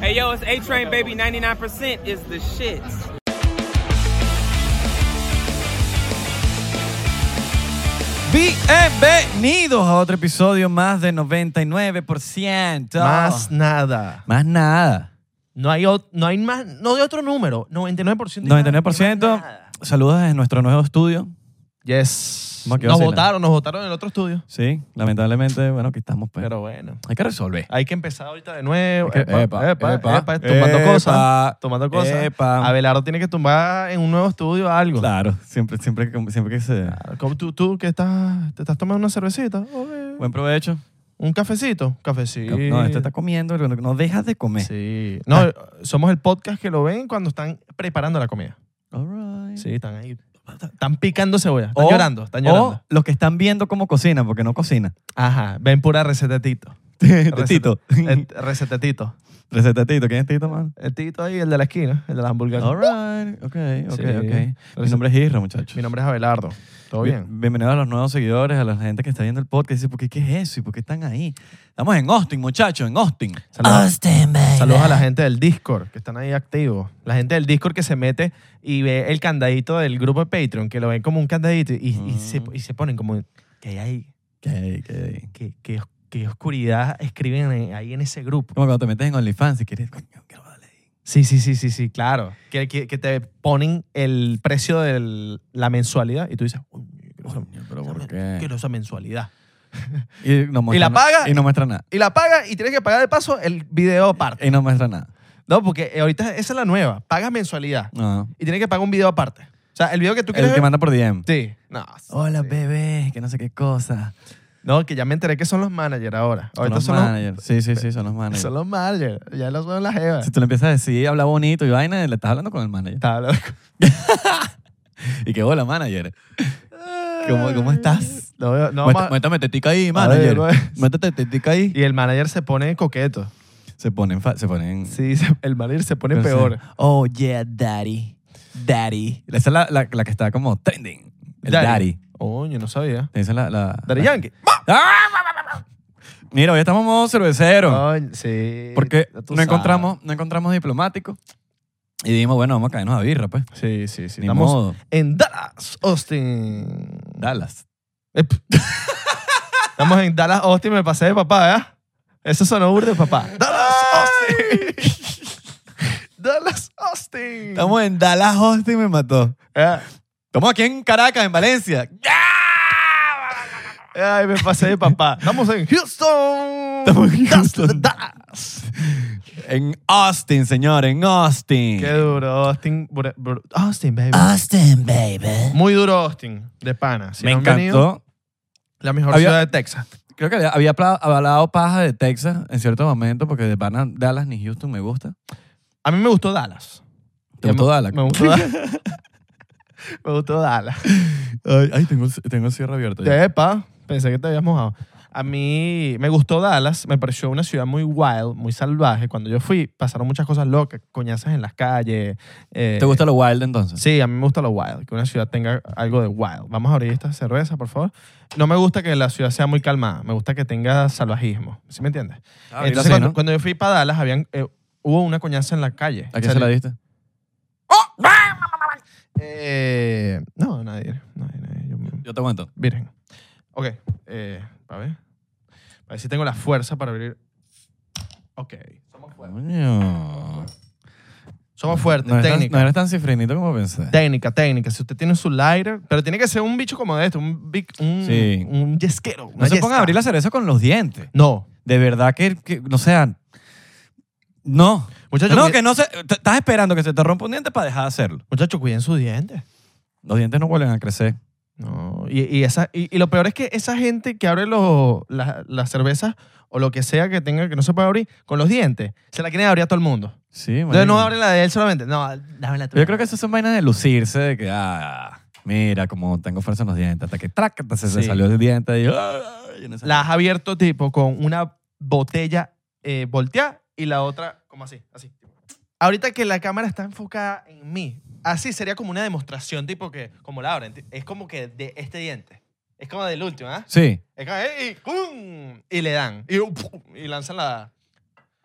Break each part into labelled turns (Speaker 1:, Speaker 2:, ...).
Speaker 1: Hey yo, it's A Train Baby 99% is the shit.
Speaker 2: Bienvenidos a otro episodio más de 99%.
Speaker 3: Más nada.
Speaker 2: Más nada.
Speaker 3: No hay, ot- no hay más, no hay otro número. 99%. y nada, no hay
Speaker 2: 99%.
Speaker 3: más nada.
Speaker 2: Saludos desde nuestro nuevo estudio.
Speaker 3: Yes.
Speaker 2: Vamos que
Speaker 3: Nos
Speaker 2: vacila.
Speaker 3: votaron, nos votaron en el otro estudio.
Speaker 2: Sí, lamentablemente, bueno, aquí estamos, pues. pero,
Speaker 3: Pero bueno.
Speaker 2: hay que resolver.
Speaker 3: Hay que empezar ahorita de nuevo.
Speaker 2: Hay que-
Speaker 3: Epa,
Speaker 2: epa,
Speaker 3: epa,
Speaker 2: epa,
Speaker 3: epa, tomando
Speaker 2: epa,
Speaker 3: cosas. Tomando cosas.
Speaker 2: epa.
Speaker 3: Abelardo tiene que tumbar en un nuevo estudio algo.
Speaker 2: Claro, siempre, siempre, que- siempre que se...
Speaker 3: Como ¿Tú, tú que estás, te estás tomando una cervecita? Ok.
Speaker 2: Buen provecho.
Speaker 3: ¿Un cafecito? Cafecito.
Speaker 2: No, este está Ah. comiendo, pero no dejas de comer.
Speaker 3: Sí. No, somos el podcast que lo ven cuando están preparando la comida.
Speaker 2: All right.
Speaker 3: Sí, están ahí. Están picando cebolla. Están
Speaker 2: O-
Speaker 3: llorando, están
Speaker 2: O
Speaker 3: llorando.
Speaker 2: los que están viendo cómo cocina, porque no cocina.
Speaker 3: Ajá, ven pura recetetito.
Speaker 2: De Tito.
Speaker 3: El recetetito.
Speaker 2: Receta de Tito. ¿Quién es Tito, man?
Speaker 3: El tito ahí, el de la esquina, el de las hamburguesas.
Speaker 2: All right. Ok, ok,
Speaker 3: Sí.
Speaker 2: ok. Mi nombre es Isra, muchachos.
Speaker 3: Mi nombre es Abelardo. ¿Todo
Speaker 2: Bi-
Speaker 3: bien?
Speaker 2: Bienvenidos a los nuevos seguidores, a la gente que está viendo el podcast. Dice, ¿por qué qué es eso? ¿Y por qué están ahí? Estamos en Austin, muchachos, en Austin.
Speaker 3: Saludos.
Speaker 2: Austin, baby.
Speaker 3: Saludos a la gente del Discord, que están ahí activos. La gente del Discord que se mete y ve el candadito del grupo de Patreon, que lo ven como un candadito y, y
Speaker 2: Mm.
Speaker 3: se, y se ponen como, que hay ahí?
Speaker 2: Ok, ok.
Speaker 3: ¿Qué, qué, qué oscuridad escriben en- ahí en ese grupo?
Speaker 2: Como cuando te metes en OnlyFans y quieres, coño, quiero darle ahí.
Speaker 3: Sí, sí, sí, sí, sí, claro. Que, que, que te ponen el precio de la mensualidad y tú dices, "Uy, quiero esa-
Speaker 2: Coño, pero
Speaker 3: esa
Speaker 2: ¿por
Speaker 3: men-
Speaker 2: qué?
Speaker 3: quiero esa mensualidad.
Speaker 2: Y, no muestra
Speaker 3: la
Speaker 2: na-
Speaker 3: paga?
Speaker 2: Y no muestra nada.
Speaker 3: Y la pagas y tienes que pagar de paso el video aparte.
Speaker 2: Y no muestra nada.
Speaker 3: No, porque ahorita esa es la nueva. Pagas mensualidad
Speaker 2: No.
Speaker 3: y tienes que pagar un video aparte. O sea, el video que tú quieres
Speaker 2: El que
Speaker 3: ver-
Speaker 2: manda por DM.
Speaker 3: Sí. No, sí.
Speaker 2: Hola, bebé, que no sé qué cosa.
Speaker 3: No, que ya me enteré que son los managers ahora.
Speaker 2: Son
Speaker 3: Ahorita
Speaker 2: los
Speaker 3: son
Speaker 2: managers. Sí, sí, sí, son los
Speaker 3: los,
Speaker 2: managers.
Speaker 3: son los managers. Ya los son las jevas.
Speaker 2: Si tú le empiezas a decir, habla bonito y vaina, le estás hablando con el manager.
Speaker 3: Está loco.
Speaker 2: Y que hola, manager. ¿Cómo, cómo estás?
Speaker 3: No, Ah. veo- no,
Speaker 2: Muéstrame
Speaker 3: ma-
Speaker 2: Métame tetica ahí,
Speaker 3: ver,
Speaker 2: manager.
Speaker 3: no es.
Speaker 2: Métete tetica ahí.
Speaker 3: Y el manager se pone coqueto.
Speaker 2: Se ponen, fa- se ponen.
Speaker 3: Sí, se- el manager se pone
Speaker 2: pero se-
Speaker 3: peor.
Speaker 2: Mm. Oh, yeah, daddy. Daddy. Esa es la, la, la que está como trending. El daddy.
Speaker 3: Coño, no sabía.
Speaker 2: Esa es la. la
Speaker 3: Daddy
Speaker 2: la-
Speaker 3: Yankee.
Speaker 2: ¡Ah! Mira, hoy estamos modo cervecero.
Speaker 3: Coño, sí.
Speaker 2: porque
Speaker 3: ya tú
Speaker 2: no
Speaker 3: sabes.
Speaker 2: encontramos, no encontramos diplomático. Y dijimos, bueno, vamos a caernos a birra, pues.
Speaker 3: Sí, sí, sí.
Speaker 2: Ni
Speaker 3: Estamos
Speaker 2: modo.
Speaker 3: en Dallas, Austin.
Speaker 2: Dallas.
Speaker 3: Ep. Estamos en Dallas, Austin. Me pasé de papá, ¿eh? Eso sonó burdo de papá. Dallas, Austin. Dallas, Austin.
Speaker 2: Estamos en Dallas, Austin me mató.
Speaker 3: Eh,
Speaker 2: Estamos aquí en Caracas, en Valencia.
Speaker 3: Ay, me pasé de papá. Estamos en Houston.
Speaker 2: Estamos en Houston.
Speaker 3: Dallas.
Speaker 2: En Austin, señor, en Austin.
Speaker 3: Qué duro, Austin. bur- bur- Austin, baby.
Speaker 2: Ah. Austin, baby.
Speaker 3: Muy duro, Austin. De pana. Si
Speaker 2: Me
Speaker 3: no han venido,
Speaker 2: encantó.
Speaker 3: La mejor
Speaker 2: Había-
Speaker 3: ciudad de Texas.
Speaker 2: Creo que había- había pla- hablado paja de Texas en cierto momento porque de pana Dallas ni Houston me gusta.
Speaker 3: A mí me gustó Dallas.
Speaker 2: ¿Te gustó
Speaker 3: Me-
Speaker 2: Dallas?
Speaker 3: Me gustó Dallas. me gustó Dallas.
Speaker 2: Ay, ay, tengo, el- tengo el cierre abierto. ya.
Speaker 3: Epa, pensé que te habías mojado. A mí me gustó Dallas, me pareció una ciudad muy wild, muy salvaje. Cuando yo fui, pasaron muchas cosas locas, coñazas en las calles. eh,
Speaker 2: ¿Te gusta lo wild entonces?
Speaker 3: Sí, a mí me gusta lo wild, que una ciudad tenga algo de wild. Vamos a abrir esta cerveza, por favor. No me gusta que la ciudad sea muy calmada, me gusta que tenga salvajismo. ¿Sí me entiendes?
Speaker 2: Ah,
Speaker 3: Entonces,
Speaker 2: ahorita sí,
Speaker 3: cuando,
Speaker 2: ¿no?
Speaker 3: cuando yo fui para Dallas, habían, eh, hubo una coñaza en la calle.
Speaker 2: ¿A quién se la diste?
Speaker 3: Eh, no, nadie. nadie, nadie. Yo me-
Speaker 2: Yo te aguanto.
Speaker 3: Virgen. Ok, eh, a ver. A ver si tengo la fuerza para abrir. Ok. Somos fuertes.
Speaker 2: Coño.
Speaker 3: Somos fuertes,
Speaker 2: No eres, tan, no
Speaker 3: técnica.
Speaker 2: eres tan cifrinito como pensé.
Speaker 3: Técnica, técnica. Si usted tiene su lighter, pero tiene que ser un bicho como de este, un big, un,
Speaker 2: Sí.
Speaker 3: un yesquero.
Speaker 2: No se pongan a abrir la cereza con los dientes.
Speaker 3: No.
Speaker 2: De verdad que, que no sean. No.
Speaker 3: Muchachos,
Speaker 2: no,
Speaker 3: cuida-
Speaker 2: que no se. t- Estás esperando que se te rompa un diente para dejar de hacerlo.
Speaker 3: muchachos, cuiden sus dientes.
Speaker 2: Los dientes no vuelven a crecer.
Speaker 3: No. Y, y esa, y, y lo peor es que esa gente que abre los- la- las cervezas o lo que sea que tenga que no se puede abrir con los dientes, se la quieren abrir a todo el mundo.
Speaker 2: Sí,
Speaker 3: Entonces no
Speaker 2: marico.
Speaker 3: abren la de él solamente. No, dame la tuya.
Speaker 2: Yo creo que esas son vainas de lucirse, de que, ah, mira, como tengo fuerza en los dientes, hasta que trac, se, se
Speaker 3: Sí.
Speaker 2: salió el diente y, ah, y no sé.
Speaker 3: La has abierto tipo con una botella eh, volteada y la otra como así, así. Ahorita que la cámara está enfocada en mí, así sería como una demostración tipo que, como la abren, ti- es como que de este diente. Es como del último, ¿ah?
Speaker 2: Sí.
Speaker 3: uh, Es como, ¡eh! y, ¡pum! y le dan. Y, ¡pum! y lanzan la...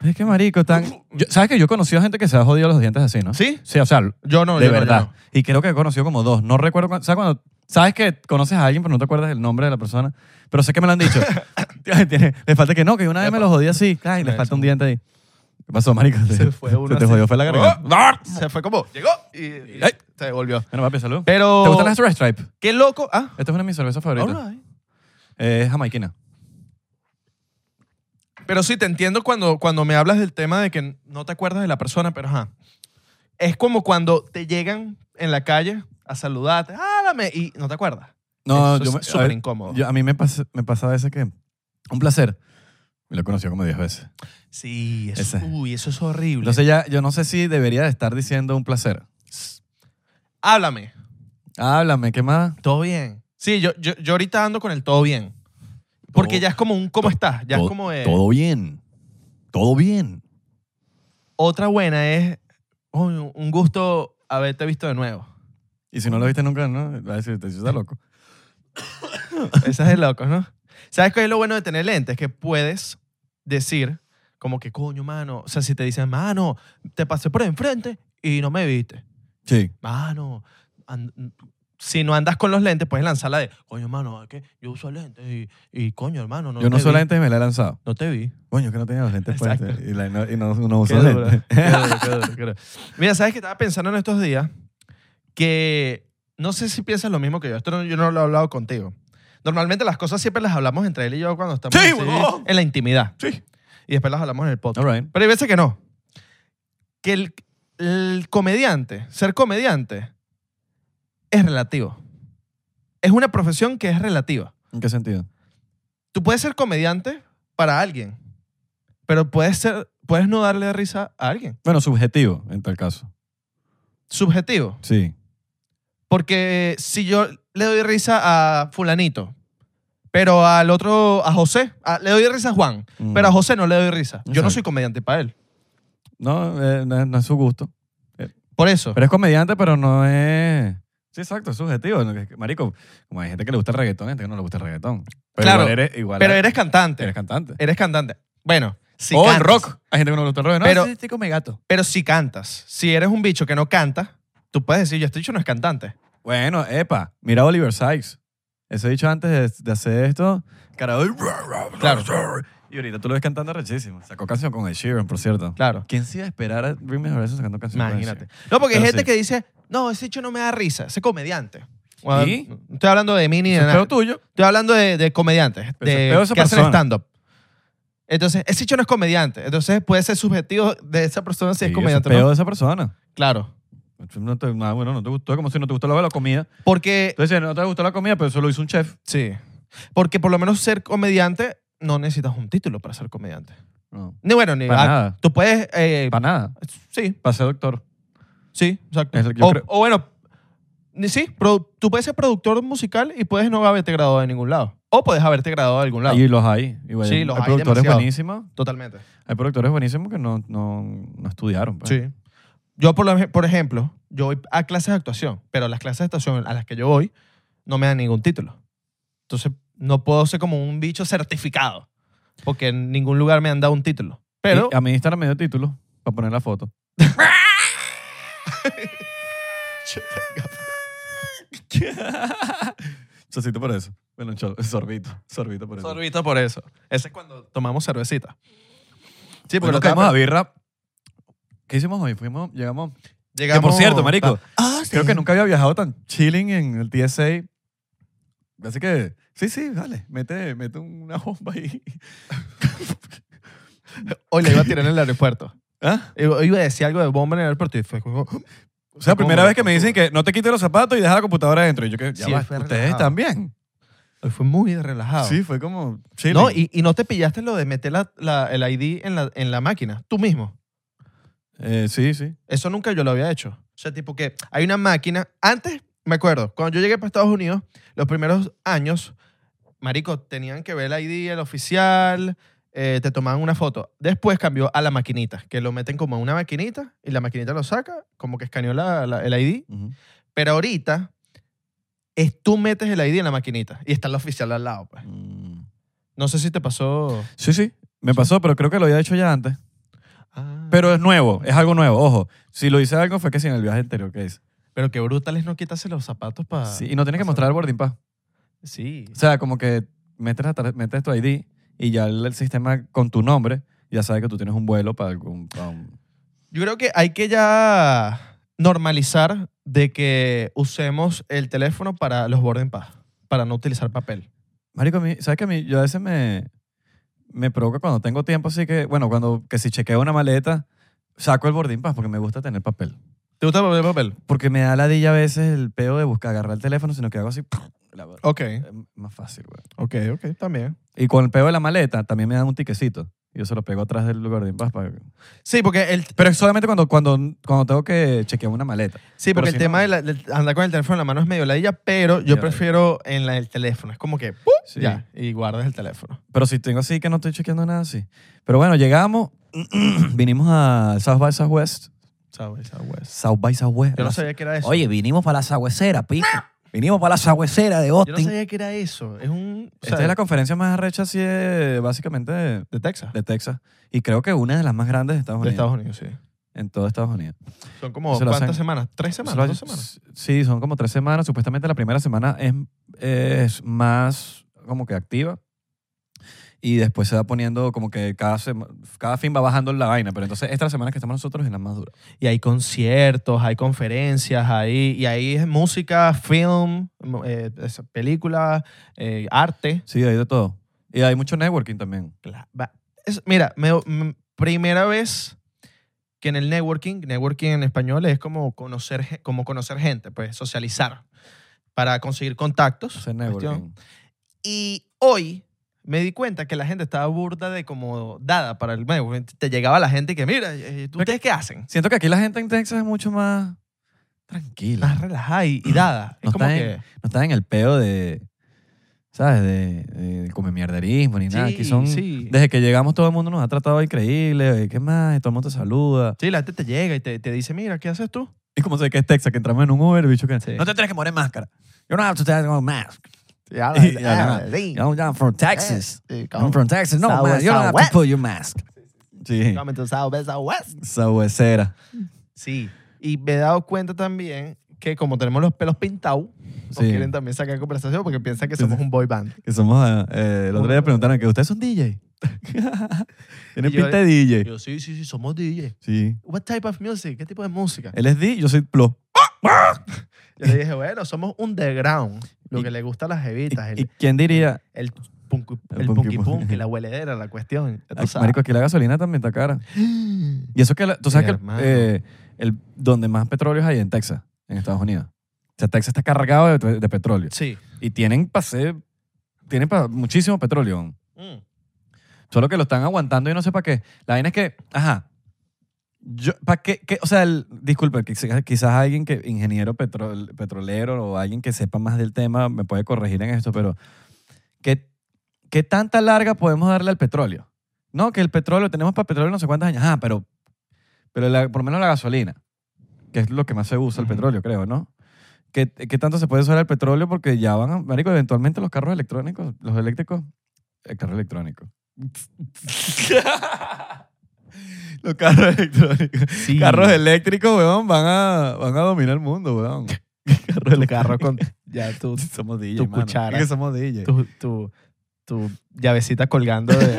Speaker 2: Es que marico, tan... Yo- ¿Sabes que yo he conocido gente que se ha jodido los dientes así, no?
Speaker 3: ¿Sí?
Speaker 2: Sí, o sea,
Speaker 3: Yo no,
Speaker 2: de
Speaker 3: yo no, yo
Speaker 2: verdad.
Speaker 3: no.
Speaker 2: Y creo que he conocido como dos. No recuerdo... cuán- ¿Sabes cuando... Sabes que conoces a alguien pero no te acuerdas el nombre de la persona? Pero sé que me lo han dicho. Ay, tiene- le falta que no, que una vez me lo jodí así. Ay, le
Speaker 3: Epa.
Speaker 2: falta un diente ahí. ¿Qué pasó, marico?
Speaker 3: Se fue uno
Speaker 2: Se te
Speaker 3: así. ¡Oh! ¡Ah!
Speaker 2: jodió, fue la garganta.
Speaker 3: Se fue como, llegó y, y
Speaker 2: Ay.
Speaker 3: se devolvió.
Speaker 2: Bueno, papi, salud.
Speaker 3: Pero.
Speaker 2: ¿Te gustan las Red Stripe?
Speaker 3: Qué loco. Ah,
Speaker 2: Esta es una de mis cervezas favoritas.
Speaker 3: all right.
Speaker 2: Eh, es jamaiquina.
Speaker 3: Pero sí, te entiendo cuando, cuando me hablas del tema de que no te acuerdas de la persona, pero ajá. Es como cuando te llegan en la calle a saludarte, háblame, y no te acuerdas.
Speaker 2: No,
Speaker 3: Eso
Speaker 2: yo
Speaker 3: es
Speaker 2: me-
Speaker 3: súper
Speaker 2: a ver,
Speaker 3: incómodo.
Speaker 2: yo- a mí me pasa, me pasa a veces que... Un placer. Me lo he conocido como 10 veces.
Speaker 3: Sí, eso,
Speaker 2: Ese.
Speaker 3: uy, eso es horrible.
Speaker 2: Entonces ya, yo no sé si debería de estar diciendo un placer.
Speaker 3: háblame,
Speaker 2: Háblame, ¿qué más?
Speaker 3: todo bien. Sí, yo, yo, yo ahorita ando con el todo bien. Porque
Speaker 2: Todo-
Speaker 3: ya es como un ¿cómo estás? Ya
Speaker 2: todo,
Speaker 3: es como eh, de-
Speaker 2: Todo bien. Todo bien.
Speaker 3: Otra buena es "Coño, un gusto haberte visto de nuevo.
Speaker 2: Y si no lo viste nunca, ¿no? Va a decir, te estás loco.
Speaker 3: Esa es de locos, ¿no? ¿Sabes qué es lo bueno de tener lentes? Que puedes decir como que, coño, mano. O sea, si te dicen, mano, te pasé por enfrente y no me viste.
Speaker 2: Sí.
Speaker 3: Mano, and- si no andas con los lentes, puedes lanzarla de, coño, mano, es que yo uso lentes y, y coño, hermano, no
Speaker 2: yo no
Speaker 3: te
Speaker 2: uso
Speaker 3: vi".
Speaker 2: lentes y me la he lanzado.
Speaker 3: No te vi.
Speaker 2: Coño, que no tenía los lentes
Speaker 3: Exacto.
Speaker 2: puestos. Y, la- y no, y no, no uso
Speaker 3: Qué duro,
Speaker 2: lentes.
Speaker 3: qué duro, qué duro, qué duro. Mira, ¿sabes qué estaba pensando en estos días? Que no sé si piensas lo mismo que yo. Esto no- yo no lo he hablado contigo. Normalmente las cosas siempre las hablamos entre él y yo cuando estamos
Speaker 2: Sí,
Speaker 3: así
Speaker 2: huevón.
Speaker 3: en la intimidad.
Speaker 2: Sí.
Speaker 3: Y después las hablamos en el podcast.
Speaker 2: All right.
Speaker 3: Pero hay veces que no. Que el, el comediante, ser comediante, es relativo. Es una profesión que es relativa.
Speaker 2: ¿En qué sentido?
Speaker 3: Tú puedes ser comediante para alguien, pero puedes, ser, puedes no darle risa a alguien.
Speaker 2: Bueno, subjetivo, en tal caso.
Speaker 3: Subjetivo.
Speaker 2: Sí.
Speaker 3: Porque si yo le doy risa a fulanito, pero al otro, a José, a- le doy risa a Juan,
Speaker 2: Mm.
Speaker 3: pero a José no le doy risa. Yo no
Speaker 2: Exacto.
Speaker 3: soy comediante para él.
Speaker 2: No, eh, no, es- no es su gusto.
Speaker 3: Por eso.
Speaker 2: Pero es comediante, pero no es... Sí, exacto, es subjetivo. No, que- que- Marico, como hay gente que le gusta el reggaetón, hay gente que no le gusta el reggaetón. Pero
Speaker 3: Claro,
Speaker 2: igual eres, igual
Speaker 3: Pero
Speaker 2: eres,
Speaker 3: eres cantante.
Speaker 2: eres
Speaker 3: Eres,
Speaker 2: cantante.
Speaker 3: cantante. Bueno, si
Speaker 2: o el
Speaker 3: cantas.
Speaker 2: rock. Hay gente que no le gusta el rock. No,
Speaker 3: Pero-
Speaker 2: ese chico me gato.
Speaker 3: Pero si cantas. Si eres un bicho que no canta, tú puedes decir, yo este bicho no es cantante.
Speaker 2: Bueno, epa, mira a Oliver Sykes. Eso he dicho antes de, de hacer esto. Cara, claro. Y ahorita tú lo ves cantando rechísimo. Sacó canción con Ed Sheeran, por cierto.
Speaker 3: Claro.
Speaker 2: ¿Quién se iba a esperar a Dreamers Horizon sacando canción
Speaker 3: Imagínate. No, porque hay
Speaker 2: Pero
Speaker 3: gente
Speaker 2: sí.
Speaker 3: que dice, no, ese bicho no me da risa, ese comediante. Bueno,
Speaker 2: ¿Y?
Speaker 3: no Estoy hablando de mí ni
Speaker 2: con
Speaker 3: de
Speaker 2: Ed Sheeran? Eso es
Speaker 3: nada.
Speaker 2: peo tuyo.
Speaker 3: Estoy hablando de, de comediantes,
Speaker 2: Pero
Speaker 3: de,
Speaker 2: ese pedo de esa
Speaker 3: que hacen
Speaker 2: persona.
Speaker 3: stand-up. Entonces, ese hecho no es comediante. Entonces, puede ser subjetivo de esa persona si
Speaker 2: Sí,
Speaker 3: es
Speaker 2: eso
Speaker 3: comediante o
Speaker 2: peo
Speaker 3: no.
Speaker 2: de esa persona.
Speaker 3: Claro.
Speaker 2: No te, nada, bueno, no te gustó, como si no te gustó la, la comida.
Speaker 3: Porque,
Speaker 2: Entonces, no te gustó la comida, pero eso lo hizo un chef.
Speaker 3: sí. Porque por lo menos ser comediante no necesitas un título para ser comediante.
Speaker 2: No,
Speaker 3: Ni bueno, ni...
Speaker 2: Para
Speaker 3: ah,
Speaker 2: nada.
Speaker 3: Tú puedes... eh,
Speaker 2: para nada.
Speaker 3: sí,
Speaker 2: Para ser doctor.
Speaker 3: sí, exacto.
Speaker 2: Es lo que yo
Speaker 3: O,
Speaker 2: creo.
Speaker 3: o bueno, ni- sí, produ- tú puedes ser productor musical y puedes no haberte graduado de ningún lado. O puedes haberte graduado de algún lado.
Speaker 2: Y los hay. Y bueno,
Speaker 3: Sí, los
Speaker 2: hay
Speaker 3: hay
Speaker 2: productores
Speaker 3: demasiado.
Speaker 2: buenísimos.
Speaker 3: Totalmente.
Speaker 2: Hay productores buenísimos que no, no, no estudiaron. pues.
Speaker 3: Sí. Yo, por, lo ej- por ejemplo, yo voy a clases de actuación, pero las clases de actuación a las que yo voy no me dan ningún título. Entonces, no puedo ser como un bicho certificado, porque en ningún lugar me han dado un título. Pero,
Speaker 2: Y ah, a mí Instagram me dio título para poner la foto. Chocito por eso. Bueno, cho- sorbito. Sorbito por eso.
Speaker 3: sorbito por eso. Ese es cuando tomamos cervecita. Sí,
Speaker 2: Hoy
Speaker 3: porque
Speaker 2: nos
Speaker 3: lo
Speaker 2: caímos a
Speaker 3: estaba-
Speaker 2: birra. ¿Qué hicimos hoy? Fuimos, llegamos. Que
Speaker 3: llegamos-
Speaker 2: por cierto, marico,
Speaker 3: Ah,
Speaker 2: creo
Speaker 3: sí.
Speaker 2: que nunca había viajado tan chilling en el TSA. Así que, sí, sí, dale, mete, mete una bomba ahí.
Speaker 3: Hoy le iba a tirar en el aeropuerto.
Speaker 2: ¿Ah?
Speaker 3: Eh, Iba iba a decir algo de bomba en el aeropuerto y fue como...
Speaker 2: O sea, primera vez que me dicen que no te quites los zapatos y deja la computadora adentro. Y yo que, ya
Speaker 3: Sí,
Speaker 2: va,
Speaker 3: fue
Speaker 2: ustedes
Speaker 3: relajado.
Speaker 2: también.
Speaker 3: Hoy fue muy relajado.
Speaker 2: Sí, fue como chilling.
Speaker 3: No, y, y no te pillaste lo de meter la- la- el ID en la, en la máquina, tú mismo.
Speaker 2: Eh, sí, sí.
Speaker 3: Eso nunca yo lo había hecho. O sea, tipo que hay una máquina. Antes, me acuerdo, cuando yo llegué para Estados Unidos, los primeros años, marico, tenían que ver el ID, el oficial, eh, te tomaban una foto. Después cambió a la maquinita, que lo meten como a una maquinita y la maquinita lo saca, como que escaneó la- la- el ID.
Speaker 2: Ujú.
Speaker 3: Pero ahorita, es tú metes el ID en la maquinita y está el oficial al lado. Pues.
Speaker 2: Mm.
Speaker 3: No sé si te pasó.
Speaker 2: Sí, sí. Me pasó, pero creo que lo había hecho ya antes. Pero es nuevo, es algo nuevo, ojo. Si lo hice algo fue que sí en el viaje anterior que hice.
Speaker 3: Pero qué brutal es no quitarse los zapatos para...
Speaker 2: Sí, y no tienes que mostrar el boarding pass.
Speaker 3: Sí.
Speaker 2: O sea, como que metes, la tar- metes tu ID y ya el, el sistema con tu nombre ya sabe que tú tienes un vuelo para algún... para un-
Speaker 3: Yo creo que hay que ya normalizar de que usemos el teléfono para los boarding pass, para no utilizar papel.
Speaker 2: Marico, a mí- ¿sabes que a mí yo a veces me, me provoca cuando tengo tiempo así que, bueno, cuando que si chequeo una maleta, saco el boarding pass porque me gusta tener papel.
Speaker 3: ¿Te gusta el papel?
Speaker 2: Porque me da ladilla a veces el peo de buscar, agarrar el teléfono, sino que hago así... la-
Speaker 3: Ok,
Speaker 2: Es más fácil, güey.
Speaker 3: ok, ok, también.
Speaker 2: Y con el pego de la maleta también me dan un tiquecito. Yo se lo pego atrás del lugar de paz.
Speaker 3: Sí, porque el,
Speaker 2: Pero es solamente cuando, cuando, cuando tengo que chequear una maleta.
Speaker 3: sí,
Speaker 2: Pero
Speaker 3: porque
Speaker 2: si
Speaker 3: el tema
Speaker 2: no-
Speaker 3: de, la- de andar con el teléfono en la mano es medio ladilla, pero yo
Speaker 2: Ya,
Speaker 3: prefiero en la del teléfono. Es como que ¡pum!
Speaker 2: Sí.
Speaker 3: ya, y guardas el teléfono.
Speaker 2: Pero si tengo así que no estoy chequeando nada, sí. Pero bueno, llegamos, vinimos a South by Southwest.
Speaker 3: ¿Sabes? Southwest.
Speaker 2: South by Southwest.
Speaker 3: Yo no
Speaker 2: La-
Speaker 3: sabía que era eso.
Speaker 2: Oye, vinimos para la Sagüecera, pico. vinimos para la Sagüecera de
Speaker 3: yo
Speaker 2: Austin.
Speaker 3: no sabía que era eso. Es un... o
Speaker 2: Esta
Speaker 3: sea,
Speaker 2: es la conferencia más arrecha, así, de- básicamente, de,
Speaker 3: de Texas.
Speaker 2: de Texas. Y creo que una de las más grandes de Estados
Speaker 3: de
Speaker 2: Unidos.
Speaker 3: Estados Unidos, sí.
Speaker 2: En todo Estados Unidos.
Speaker 3: Son como,
Speaker 2: Se lo
Speaker 3: ¿cuántas
Speaker 2: hacen-
Speaker 3: semanas? ¿Tres
Speaker 2: Solo
Speaker 3: semanas?
Speaker 2: hay-
Speaker 3: ¿Dos semanas?
Speaker 2: Sí, son como tres semanas. Supuestamente la primera semana es, es más como que activa. Y después se va poniendo como que cada, sema- cada fin va bajando la vaina. Pero entonces esta semana que estamos nosotros es la más dura.
Speaker 3: Y hay conciertos, hay conferencias, hay, y ahí es música, film, eh, es- película, eh, arte.
Speaker 2: Sí, hay de todo. Y hay mucho networking también.
Speaker 3: Cla- va- es- mira, me- m- primera vez que en el networking, networking en español es como conocer, ge- como conocer gente, pues socializar para conseguir contactos.
Speaker 2: Hacer
Speaker 3: cuestión.
Speaker 2: networking.
Speaker 3: Y hoy me di cuenta que la gente estaba burda de como dada para el networking. Te llegaba la gente que, mira, eh, ¿tú- ¿ustedes qué hacen?
Speaker 2: Siento que aquí la gente en Texas es mucho más tranquila.
Speaker 3: Más relajada y, y dada.
Speaker 2: No
Speaker 3: es como
Speaker 2: está
Speaker 3: que...
Speaker 2: en- No están en el peo de, ¿sabes? De, de come mierderismo ni nada. Aquí son...
Speaker 3: sí.
Speaker 2: Desde que llegamos todo el mundo nos ha tratado increíble. ¿Qué más? Y todo el mundo te saluda.
Speaker 3: Sí, la gente te llega y te, te dice, mira, ¿qué haces tú?
Speaker 2: Es como sé que es Texas, que entramos en un Uber, bicho que...
Speaker 3: Sí.
Speaker 2: No te tienes que poner en máscara. You don't have to take on mask.
Speaker 3: Ya, Eh,
Speaker 2: Y- y además, I'm, I'm from Texas. I'm from Texas. No,
Speaker 3: South-
Speaker 2: man, you don't have to
Speaker 3: Southwest.
Speaker 2: put your mask. Sí. Sabuesera.
Speaker 3: Sí. Y me he dado cuenta también que como tenemos los pelos pintados, nos
Speaker 2: Sí.
Speaker 3: quieren también sacar conversación porque piensan que
Speaker 2: Sí,
Speaker 3: somos
Speaker 2: sí.
Speaker 3: un boy band.
Speaker 2: Que somos... eh, eh, el otro día preguntaron que ustedes son DJ. Tienen
Speaker 3: Y yo-
Speaker 2: pinta de DJ.
Speaker 3: yo, sí, sí, sí, somos DJ.
Speaker 2: Sí.
Speaker 3: What type of music? ¿Qué tipo de música?
Speaker 2: Él es D, yo soy Plo.
Speaker 3: Yo le dije, bueno, somos underground. Lo
Speaker 2: Y-
Speaker 3: que le gusta a
Speaker 2: ¿Y,
Speaker 3: las jevitas,
Speaker 2: y
Speaker 3: el,
Speaker 2: quién diría?
Speaker 3: el, punky,
Speaker 2: El
Speaker 3: el
Speaker 2: punky
Speaker 3: punky
Speaker 2: punky.
Speaker 3: punky, la hueledera, la cuestión. Ya tú
Speaker 2: "Ay,
Speaker 3: sabes.
Speaker 2: Marico, aquí la gasolina también está cara. Y eso que la- tú sabes que
Speaker 3: Hermano.
Speaker 2: eh, el, donde más petróleo es ahí en Texas, en Estados Unidos. O sea, Texas está cargado de, de petróleo.
Speaker 3: Sí.
Speaker 2: Y tienen pase, tienen pa- muchísimo petróleo.
Speaker 3: Mm.
Speaker 2: Solo que lo están aguantando y no sé para qué. La vaina es que, ajá. Yo, ¿para qué, qué? O sea, el- disculpe, quizás, quizás alguien que, ingeniero petrol- petrolero o alguien que sepa más del tema me puede corregir en esto, pero ¿qué, qué tanta larga podemos darle al petróleo? No, que el petróleo, tenemos para petróleo no sé cuántos años. Ah, pero, pero la- por lo menos la gasolina, que es lo que más se usa el
Speaker 3: Ujú.
Speaker 2: petróleo, creo, ¿no? ¿Qué, qué tanto se puede usar el petróleo? Porque ya van, a- marico, eventualmente los carros electrónicos, los eléctricos, el carro electrónico. Los carros electrónicos.
Speaker 3: Sí.
Speaker 2: Carros eléctricos, weón, van a, van a dominar el mundo, weón. carros
Speaker 3: Tu carro con ya tu,
Speaker 2: Somos DJ,
Speaker 3: tu
Speaker 2: mano.
Speaker 3: cuchara.
Speaker 2: Es que somos DJ.
Speaker 3: tu, tu, tu llavecita colgando de,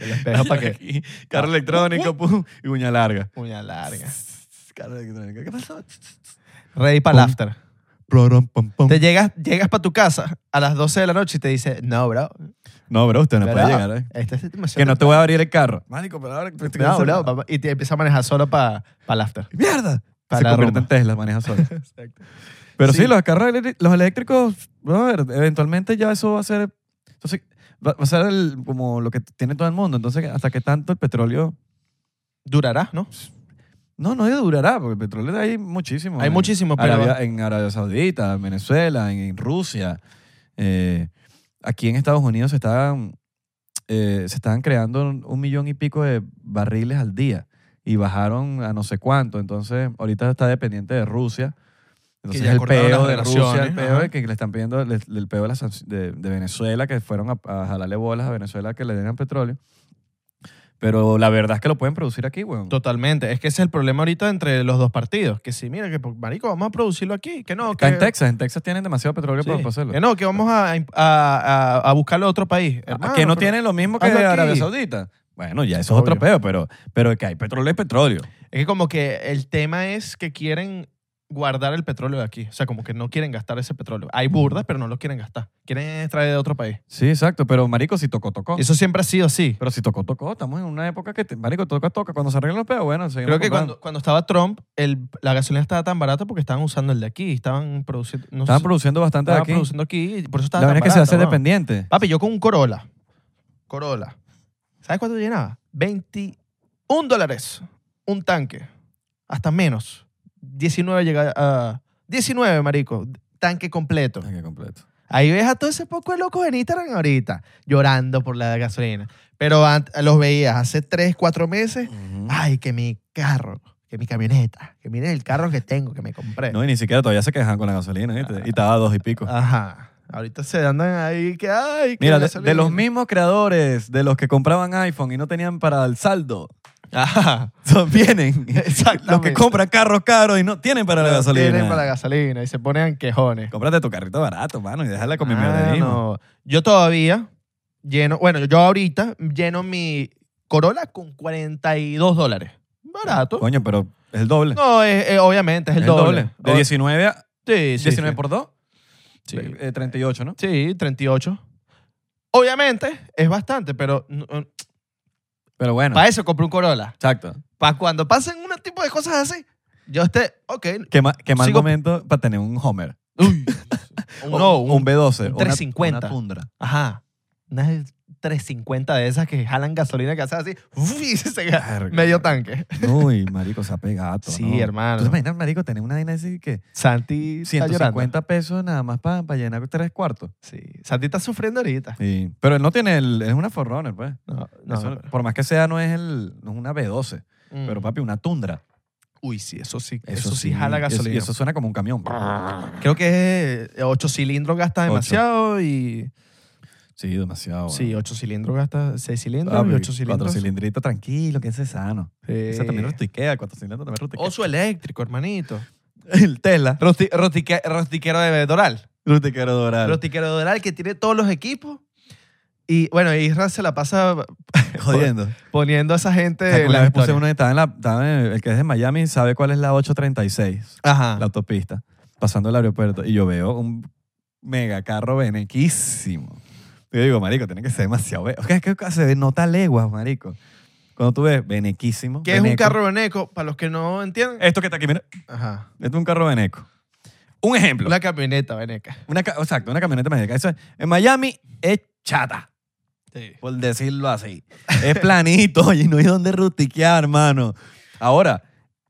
Speaker 3: del espejo para que
Speaker 2: Aquí, Carro electrónico, pum, y uña larga.
Speaker 3: uña larga.
Speaker 2: Carro electrónico. ¿Qué pasó?
Speaker 3: Ready para
Speaker 2: Pum.
Speaker 3: after.
Speaker 2: Prorom, pom, pom.
Speaker 3: Te llegas, llegas para tu casa a las 12 de la noche y te dice, no, bro.
Speaker 2: No, bro, usted no puede
Speaker 3: ¿verdad?
Speaker 2: llegar, ¿eh?
Speaker 3: Este es demasiado
Speaker 2: Que no te
Speaker 3: temprano.
Speaker 2: voy a abrir el carro. Mánico, pero ahora...
Speaker 3: No, bro, papá. Y te empieza a manejar solo para el after.
Speaker 2: ¡Mierda!
Speaker 3: Para
Speaker 2: Se
Speaker 3: la
Speaker 2: convierte
Speaker 3: rumba.
Speaker 2: en Tesla, maneja solo. Pero sí,
Speaker 3: Sí.
Speaker 2: los carros elé- los eléctricos, brother, eventualmente ya eso va a ser. Entonces, va va a ser el- como lo que tiene todo el mundo. Entonces, hasta que tanto el petróleo.
Speaker 3: Durará, ¿no?
Speaker 2: No, no durará, porque el petróleo hay muchísimo.
Speaker 3: Hay
Speaker 2: en
Speaker 3: muchísimo, pero-
Speaker 2: Arabia- en Arabia Saudita, en Venezuela, en, en Rusia. Eh, aquí en Estados Unidos se están, eh, se estaban creando un, un millón y pico de barriles al día y bajaron a no sé cuánto. Entonces, ahorita está dependiente de Rusia. Entonces,
Speaker 3: ya
Speaker 2: el
Speaker 3: acordaron
Speaker 2: peo
Speaker 3: las
Speaker 2: de Rusia, el
Speaker 3: relaciones,
Speaker 2: peo
Speaker 3: ajá.
Speaker 2: de que le están pidiendo, les- el peo de, las sanc- de, de Venezuela, que fueron a, a jalarle bolas a Venezuela que le den petróleo. Pero la verdad es que lo pueden producir aquí, weón.
Speaker 3: Totalmente. Es que ese es el problema ahorita entre los dos partidos. Que si, mira, que pues, marico, vamos a producirlo aquí. Que no, que,
Speaker 2: Está en Texas. En Texas tienen demasiado petróleo
Speaker 3: Sí.
Speaker 2: para para hacerlo.
Speaker 3: que no, que vamos a, a, a, a buscarlo a otro país.
Speaker 2: Ah,
Speaker 3: Hermano,
Speaker 2: que no
Speaker 3: pero-
Speaker 2: tienen lo mismo que
Speaker 3: hazlo aquí.
Speaker 2: Arabia Saudita. Bueno, ya eso es otro
Speaker 3: Obvio.
Speaker 2: peo, pero, pero que hay petróleo es petróleo.
Speaker 3: Es que como que el tema es que quieren guardar el petróleo de aquí. O sea, como que no quieren gastar ese petróleo. Hay burdas, pero no lo quieren gastar. Quieren extraer de otro país.
Speaker 2: Sí, exacto. Pero, marico, si tocó, tocó.
Speaker 3: Eso siempre ha sido así.
Speaker 2: Pero si tocó, tocó. Estamos en una época que, te- marico, toca, toca. Cuando se arreglan los peos, bueno, seguimos
Speaker 3: Creo que
Speaker 2: comprando.
Speaker 3: cuando, cuando estaba Trump, el, la gasolina estaba tan barata porque estaban usando el de aquí. Estaban produciendo... No
Speaker 2: Estaban
Speaker 3: sé,
Speaker 2: produciendo bastante de
Speaker 3: estaban
Speaker 2: aquí.
Speaker 3: produciendo aquí. y Por
Speaker 2: la
Speaker 3: eso estaba
Speaker 2: verdad
Speaker 3: tan
Speaker 2: es que se
Speaker 3: barata,
Speaker 2: hace
Speaker 3: weón.
Speaker 2: dependiente.
Speaker 3: Papi, yo con un Corolla. Corolla. ¿Sabes cuánto llenaba? 21 dólares. Un tanque. Hasta menos. 19 llega a... 19, marico. Tanque completo.
Speaker 2: Aquí completo.
Speaker 3: Ahí ves a todo ese poco de locos en Instagram ahorita, llorando por la gasolina. Pero an- los veías hace 3, 4 meses.
Speaker 2: Ujú.
Speaker 3: Ay, que mi carro, que mi camioneta, que miren el carro que tengo, que me compré.
Speaker 2: No, y ni siquiera todavía se quejan con la gasolina, ¿viste?
Speaker 3: Ah.
Speaker 2: Y estaba a dos y pico.
Speaker 3: Ajá. Ahorita se andan ahí que, ay, que
Speaker 2: Mira, de,
Speaker 3: gasolina.
Speaker 2: de los mismos creadores, de los que compraban iPhone y no tenían para el saldo,
Speaker 3: Ajá.
Speaker 2: son- vienen
Speaker 3: Exactamente.
Speaker 2: los que compran carros caros y no tienen para la
Speaker 3: Los
Speaker 2: gasolina.
Speaker 3: Tienen para la gasolina y se ponen quejones.
Speaker 2: Cómprate tu carrito barato, mano, y déjala con mi
Speaker 3: Ah,
Speaker 2: mierderismo.
Speaker 3: no. Yo todavía lleno, bueno, yo ahorita lleno mi Corolla con 42 dólares. Barato.
Speaker 2: Coño, pero es el doble.
Speaker 3: No, es, es- obviamente es el,
Speaker 2: Es
Speaker 3: doble.
Speaker 2: De
Speaker 3: O-
Speaker 2: 19 a
Speaker 3: Sí, sí,
Speaker 2: 19
Speaker 3: sí.
Speaker 2: por 2,
Speaker 3: Sí.
Speaker 2: eh, 38, ¿no?
Speaker 3: Sí, 38. Obviamente es bastante, pero no- no-
Speaker 2: Pero bueno,
Speaker 3: para eso compré un Corolla.
Speaker 2: exacto.
Speaker 3: Para cuando pasen un tipo de cosas así, yo esté, ok.
Speaker 2: Qué, ma- qué mal
Speaker 3: Sigo-
Speaker 2: momento para tener un Homer.
Speaker 3: Uy,
Speaker 2: O-
Speaker 3: un no,
Speaker 2: un,
Speaker 3: un,
Speaker 2: B12. o una-
Speaker 3: 350.
Speaker 2: Una, tundra.
Speaker 3: Ajá. Unas 350 de esas que jalan gasolina que hacen así, uf, y se
Speaker 2: Verga.
Speaker 3: medio tanque.
Speaker 2: Uy, marico, se ha pegado.
Speaker 3: Sí,
Speaker 2: ¿no?
Speaker 3: hermano.
Speaker 2: ¿Tú te imaginas, marico, tener una vaina así que
Speaker 3: Santi está llorando.
Speaker 2: 150 pesos nada más para llenar tres cuartos?
Speaker 3: Sí. Santi está sufriendo ahorita.
Speaker 2: Sí. Pero él no tiene, el, es una Forerunner, pues.
Speaker 3: No, no,
Speaker 2: Eso,
Speaker 3: pero-
Speaker 2: por más que sea, no es, el, no es una B12.
Speaker 3: Mm.
Speaker 2: Pero papi, una tundra.
Speaker 3: Uy, sí, eso sí.
Speaker 2: Eso,
Speaker 3: eso sí jala
Speaker 2: eso-
Speaker 3: gasolina.
Speaker 2: Y eso suena como un camión.
Speaker 3: Creo que es 8 cilindros gasta
Speaker 2: Ocho. Ah,
Speaker 3: demasiado y...
Speaker 2: Sí, demasiado.
Speaker 3: Sí, 8 cilindros gasta 6 cilindros
Speaker 2: Papi,
Speaker 3: y
Speaker 2: Ah,
Speaker 3: 8
Speaker 2: Cuatro
Speaker 3: cilindros. Eh.
Speaker 2: cilindritos, tranquilo, que ese es sano.
Speaker 3: Sí.
Speaker 2: Ese también rustiquea, cuatro cilindros también rustiquea.
Speaker 3: Oso eléctrico, hermanito.
Speaker 2: el Tesla.
Speaker 3: Rosti- rostique- rostiquero de Doral.
Speaker 2: Rustiquero dorado.
Speaker 3: Rostiquero de Doral que tiene todos los equipos. Y bueno, Israel se la pasa
Speaker 2: Jodiendo.
Speaker 3: poniendo a esa gente
Speaker 2: O sea, que
Speaker 3: en
Speaker 2: una
Speaker 3: Eh, la
Speaker 2: vez puse
Speaker 3: historia.
Speaker 2: uno, estaba en la, estaba en el, el que es de Miami sabe cuál es la 836,
Speaker 3: Ajá.
Speaker 2: la autopista, pasando el aeropuerto. Y yo veo un mega carro benequísimo. Y yo digo, marico, tiene que ser demasiado... be- Es que es que se nota leguas, marico. Cuando tú ves benequísimo.
Speaker 3: Que es un
Speaker 2: beneco. Eh.
Speaker 3: carro beneco, para los que no entienden.
Speaker 2: Esto que está aquí, mira.
Speaker 3: Ajá.
Speaker 2: Esto es un carro beneco. Un ejemplo.
Speaker 3: Una camioneta beneca.
Speaker 2: Una, ca- exacto, una camioneta beneca. Eso es- en Miami es chata.
Speaker 3: Sí.
Speaker 2: por decirlo así. Es planito y no hay donde rustiquear, hermano. Ahora,